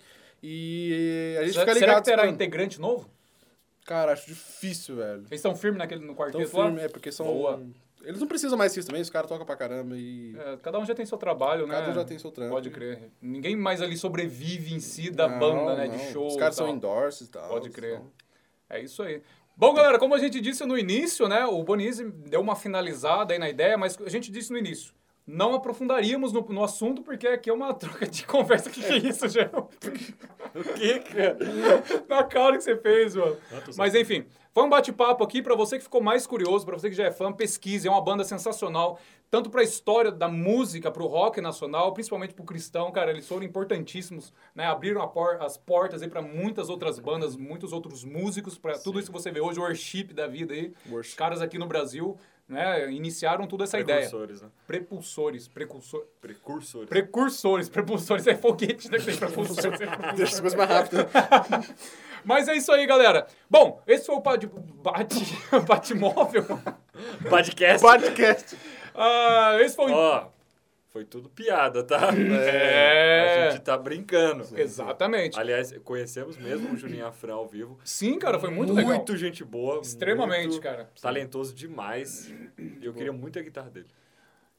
[SPEAKER 3] E a gente
[SPEAKER 1] Será,
[SPEAKER 3] fica
[SPEAKER 1] será que
[SPEAKER 3] ligado.
[SPEAKER 1] terá
[SPEAKER 3] esperando.
[SPEAKER 1] integrante novo?
[SPEAKER 3] Cara, acho difícil, velho.
[SPEAKER 1] Eles estão firmes naquele no
[SPEAKER 3] Tão
[SPEAKER 1] quarteto
[SPEAKER 3] firme,
[SPEAKER 1] lá?
[SPEAKER 3] é porque são...
[SPEAKER 1] Boa.
[SPEAKER 3] Eles não precisam mais disso também, os caras tocam pra caramba e...
[SPEAKER 1] É, cada um já tem seu trabalho, né?
[SPEAKER 3] Cada um já tem seu trampo.
[SPEAKER 1] Pode crer. Ninguém mais ali sobrevive em si da
[SPEAKER 3] Não,
[SPEAKER 1] banda, né? De
[SPEAKER 3] não.
[SPEAKER 1] show.
[SPEAKER 3] Os
[SPEAKER 1] e
[SPEAKER 3] caras
[SPEAKER 1] tal.
[SPEAKER 3] são endorses e tal.
[SPEAKER 1] Pode crer.
[SPEAKER 3] são-
[SPEAKER 1] É isso aí. Bom, galera, como a gente disse no início, né? O Bonizzi deu uma finalizada aí na ideia, mas a gente disse no início. Não aprofundaríamos no, no assunto, porque aqui é uma troca de conversa. O que, que é isso, Geraldo?
[SPEAKER 2] O que, cara?
[SPEAKER 1] Na cara que você fez, mano. Mas enfim, foi um bate-papo aqui pra você que ficou mais curioso, pra você que já é fã, pesquise, é uma banda sensacional, tanto pra história da música, pro rock nacional, principalmente pro cristão, cara, eles foram importantíssimos, né? Abriram a por- as portas aí pra muitas outras bandas, muitos outros músicos, pra tudo isso que você vê hoje, o worship da vida aí. Os
[SPEAKER 3] Worship.
[SPEAKER 1] caras aqui no Brasil, né, iniciaram toda essa ideia.
[SPEAKER 2] Precursores, né?
[SPEAKER 1] Prepulsores, precursor,
[SPEAKER 2] Precursores.
[SPEAKER 1] precursores, prepulsores, é foguete, né? que tem Prepulsores, é propulsor.
[SPEAKER 3] Ah, Deixa as coisas mais rápidas.
[SPEAKER 1] Mas é isso aí, galera. Bom, esse foi o Bate... Bate... Batimóvel.
[SPEAKER 2] Podcast.
[SPEAKER 3] Podcast.
[SPEAKER 1] Ah, esse foi o...
[SPEAKER 2] Ó, foi tudo piada, tá?
[SPEAKER 1] É.
[SPEAKER 2] A gente tá brincando.
[SPEAKER 1] Exatamente.
[SPEAKER 2] Aliás, conhecemos mesmo o Julinho Afran ao vivo.
[SPEAKER 1] Sim, cara, foi muito, legal.
[SPEAKER 2] gente boa.
[SPEAKER 1] Extremamente,
[SPEAKER 2] muito Tá
[SPEAKER 1] cara.
[SPEAKER 2] Talentoso demais. E eu queria muito a guitarra dele.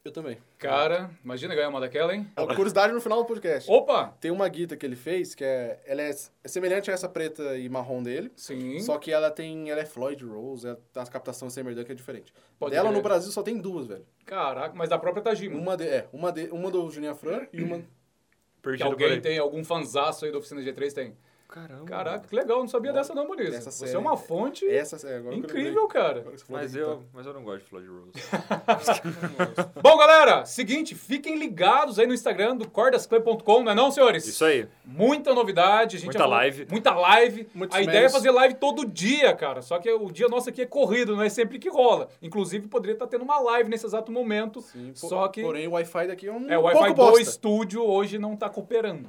[SPEAKER 3] Eu também.
[SPEAKER 1] Cara, imagina ganhar uma daquela, hein?
[SPEAKER 3] Ó, É curiosidade no final do podcast.
[SPEAKER 1] Opa!
[SPEAKER 3] Tem uma guita que ele fez, que é... Ela é, é semelhante a essa preta e marrom dele.
[SPEAKER 1] Sim.
[SPEAKER 3] Só que ela tem... Ela é Floyd Rose. Ela tem as captações sem merdan que é diferente.
[SPEAKER 1] Pode
[SPEAKER 3] Dela
[SPEAKER 1] crer.
[SPEAKER 3] no Brasil só tem duas, velho.
[SPEAKER 1] Caraca, mas da própria Tajima.
[SPEAKER 3] Uma de, é, uma, de, uma do Juninho Fran e uma...
[SPEAKER 1] Que
[SPEAKER 2] Perdi
[SPEAKER 1] alguém tem, algum fanzaço aí da Oficina G3 tem.
[SPEAKER 2] Caramba.
[SPEAKER 1] Caraca, que legal, não sabia dessa não, Bonito.
[SPEAKER 3] Essa
[SPEAKER 1] Você
[SPEAKER 3] série-
[SPEAKER 1] é uma fonte
[SPEAKER 3] Essa é agora que eu
[SPEAKER 1] incrível, cara.
[SPEAKER 3] lembrei.
[SPEAKER 2] Mas eu, mas eu não gosto de Floyd Rose.
[SPEAKER 1] Bom, galera, seguinte, fiquem ligados aí no Instagram do cordasclay.com, não é não, senhores?
[SPEAKER 2] Isso aí.
[SPEAKER 1] Muita novidade, a gente é
[SPEAKER 2] Muita
[SPEAKER 1] já falou-
[SPEAKER 2] live.
[SPEAKER 1] Muita live.
[SPEAKER 3] Muitos
[SPEAKER 1] a ideia é
[SPEAKER 3] memes.
[SPEAKER 1] fazer live todo dia, cara. Só que o dia nosso aqui é corrido, não é sempre que rola. Inclusive, poderia estar tendo uma live nesse exato momento.
[SPEAKER 3] Sim, po-
[SPEAKER 1] só que
[SPEAKER 3] Porém, o Wi-Fi daqui é um
[SPEAKER 1] é, o
[SPEAKER 3] pouco
[SPEAKER 1] Wi-Fi do
[SPEAKER 3] bosta.
[SPEAKER 1] estúdio hoje não tá cooperando.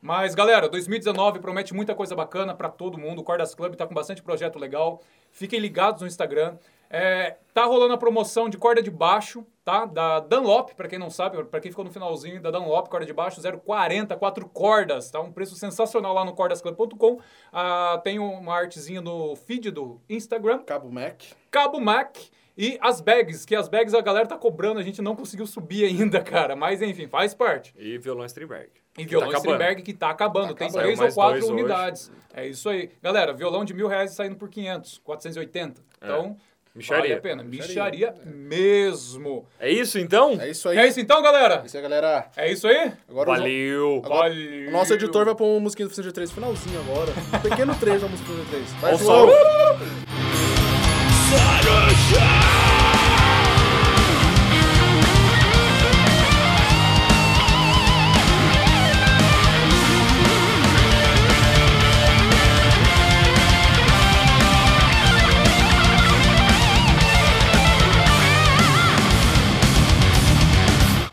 [SPEAKER 1] Mas, galera, 2019 promete muita coisa bacana pra todo mundo. O Cordas Club tá com bastante projeto legal. Fiquem ligados no Instagram. É, tá rolando a promoção de corda de baixo, tá? Da Dunlop, pra quem não sabe, pra quem ficou no finalzinho da Dunlop, corda de baixo, 0,40, 4 cordas, tá? Um preço sensacional lá no cordasclub.com. Ah, tem uma artezinha no feed do Instagram.
[SPEAKER 3] Cabo Mac.
[SPEAKER 1] Cabo Mac e as bags, que as bags a galera tá cobrando, a gente não conseguiu subir ainda, cara. Mas enfim, faz parte.
[SPEAKER 2] E violão Strindberg.
[SPEAKER 1] E violão
[SPEAKER 2] tá acabando.
[SPEAKER 1] Strindberg que tá acabando, tem
[SPEAKER 2] acabando.
[SPEAKER 1] três
[SPEAKER 2] Saiu
[SPEAKER 1] ou
[SPEAKER 2] mais dois
[SPEAKER 1] quatro
[SPEAKER 2] hoje.
[SPEAKER 1] unidades. É isso aí. Galera, violão de mil reais saindo por 500, 480. Então, vale
[SPEAKER 2] É. Micharia.
[SPEAKER 1] a pena.
[SPEAKER 3] Micharia.
[SPEAKER 1] Micharia mesmo.
[SPEAKER 2] É isso então?
[SPEAKER 3] É isso aí.
[SPEAKER 1] É isso então, galera?
[SPEAKER 3] É isso aí, galera.
[SPEAKER 1] É isso aí?
[SPEAKER 3] Agora o-
[SPEAKER 2] Valeu!
[SPEAKER 3] Agora-
[SPEAKER 1] Valeu.
[SPEAKER 3] o nosso editor vai pôr uma musiquinha do Oficina G3 finalzinho agora. Um pequeno trecho da música do Oficina G3. Vai,
[SPEAKER 2] Ó o
[SPEAKER 3] João.
[SPEAKER 2] som.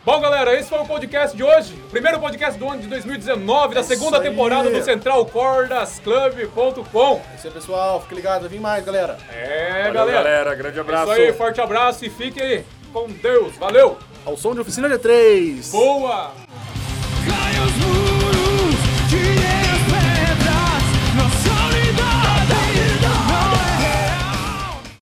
[SPEAKER 1] Bom, galera, esse foi o podcast de hoje. O primeiro podcast do ano de 2019, da segunda
[SPEAKER 3] aí.
[SPEAKER 1] temporada do Central Cordasclub.com.
[SPEAKER 3] É isso aí, pessoal. Fique ligado. Vai vir mais, galera.
[SPEAKER 1] É,
[SPEAKER 2] Valeu,
[SPEAKER 1] galera.
[SPEAKER 2] galera. Grande
[SPEAKER 1] É isso
[SPEAKER 2] abraço.
[SPEAKER 1] aí, forte abraço e fique com Deus. Valeu!
[SPEAKER 3] Ao som de Oficina G3.
[SPEAKER 1] Boa!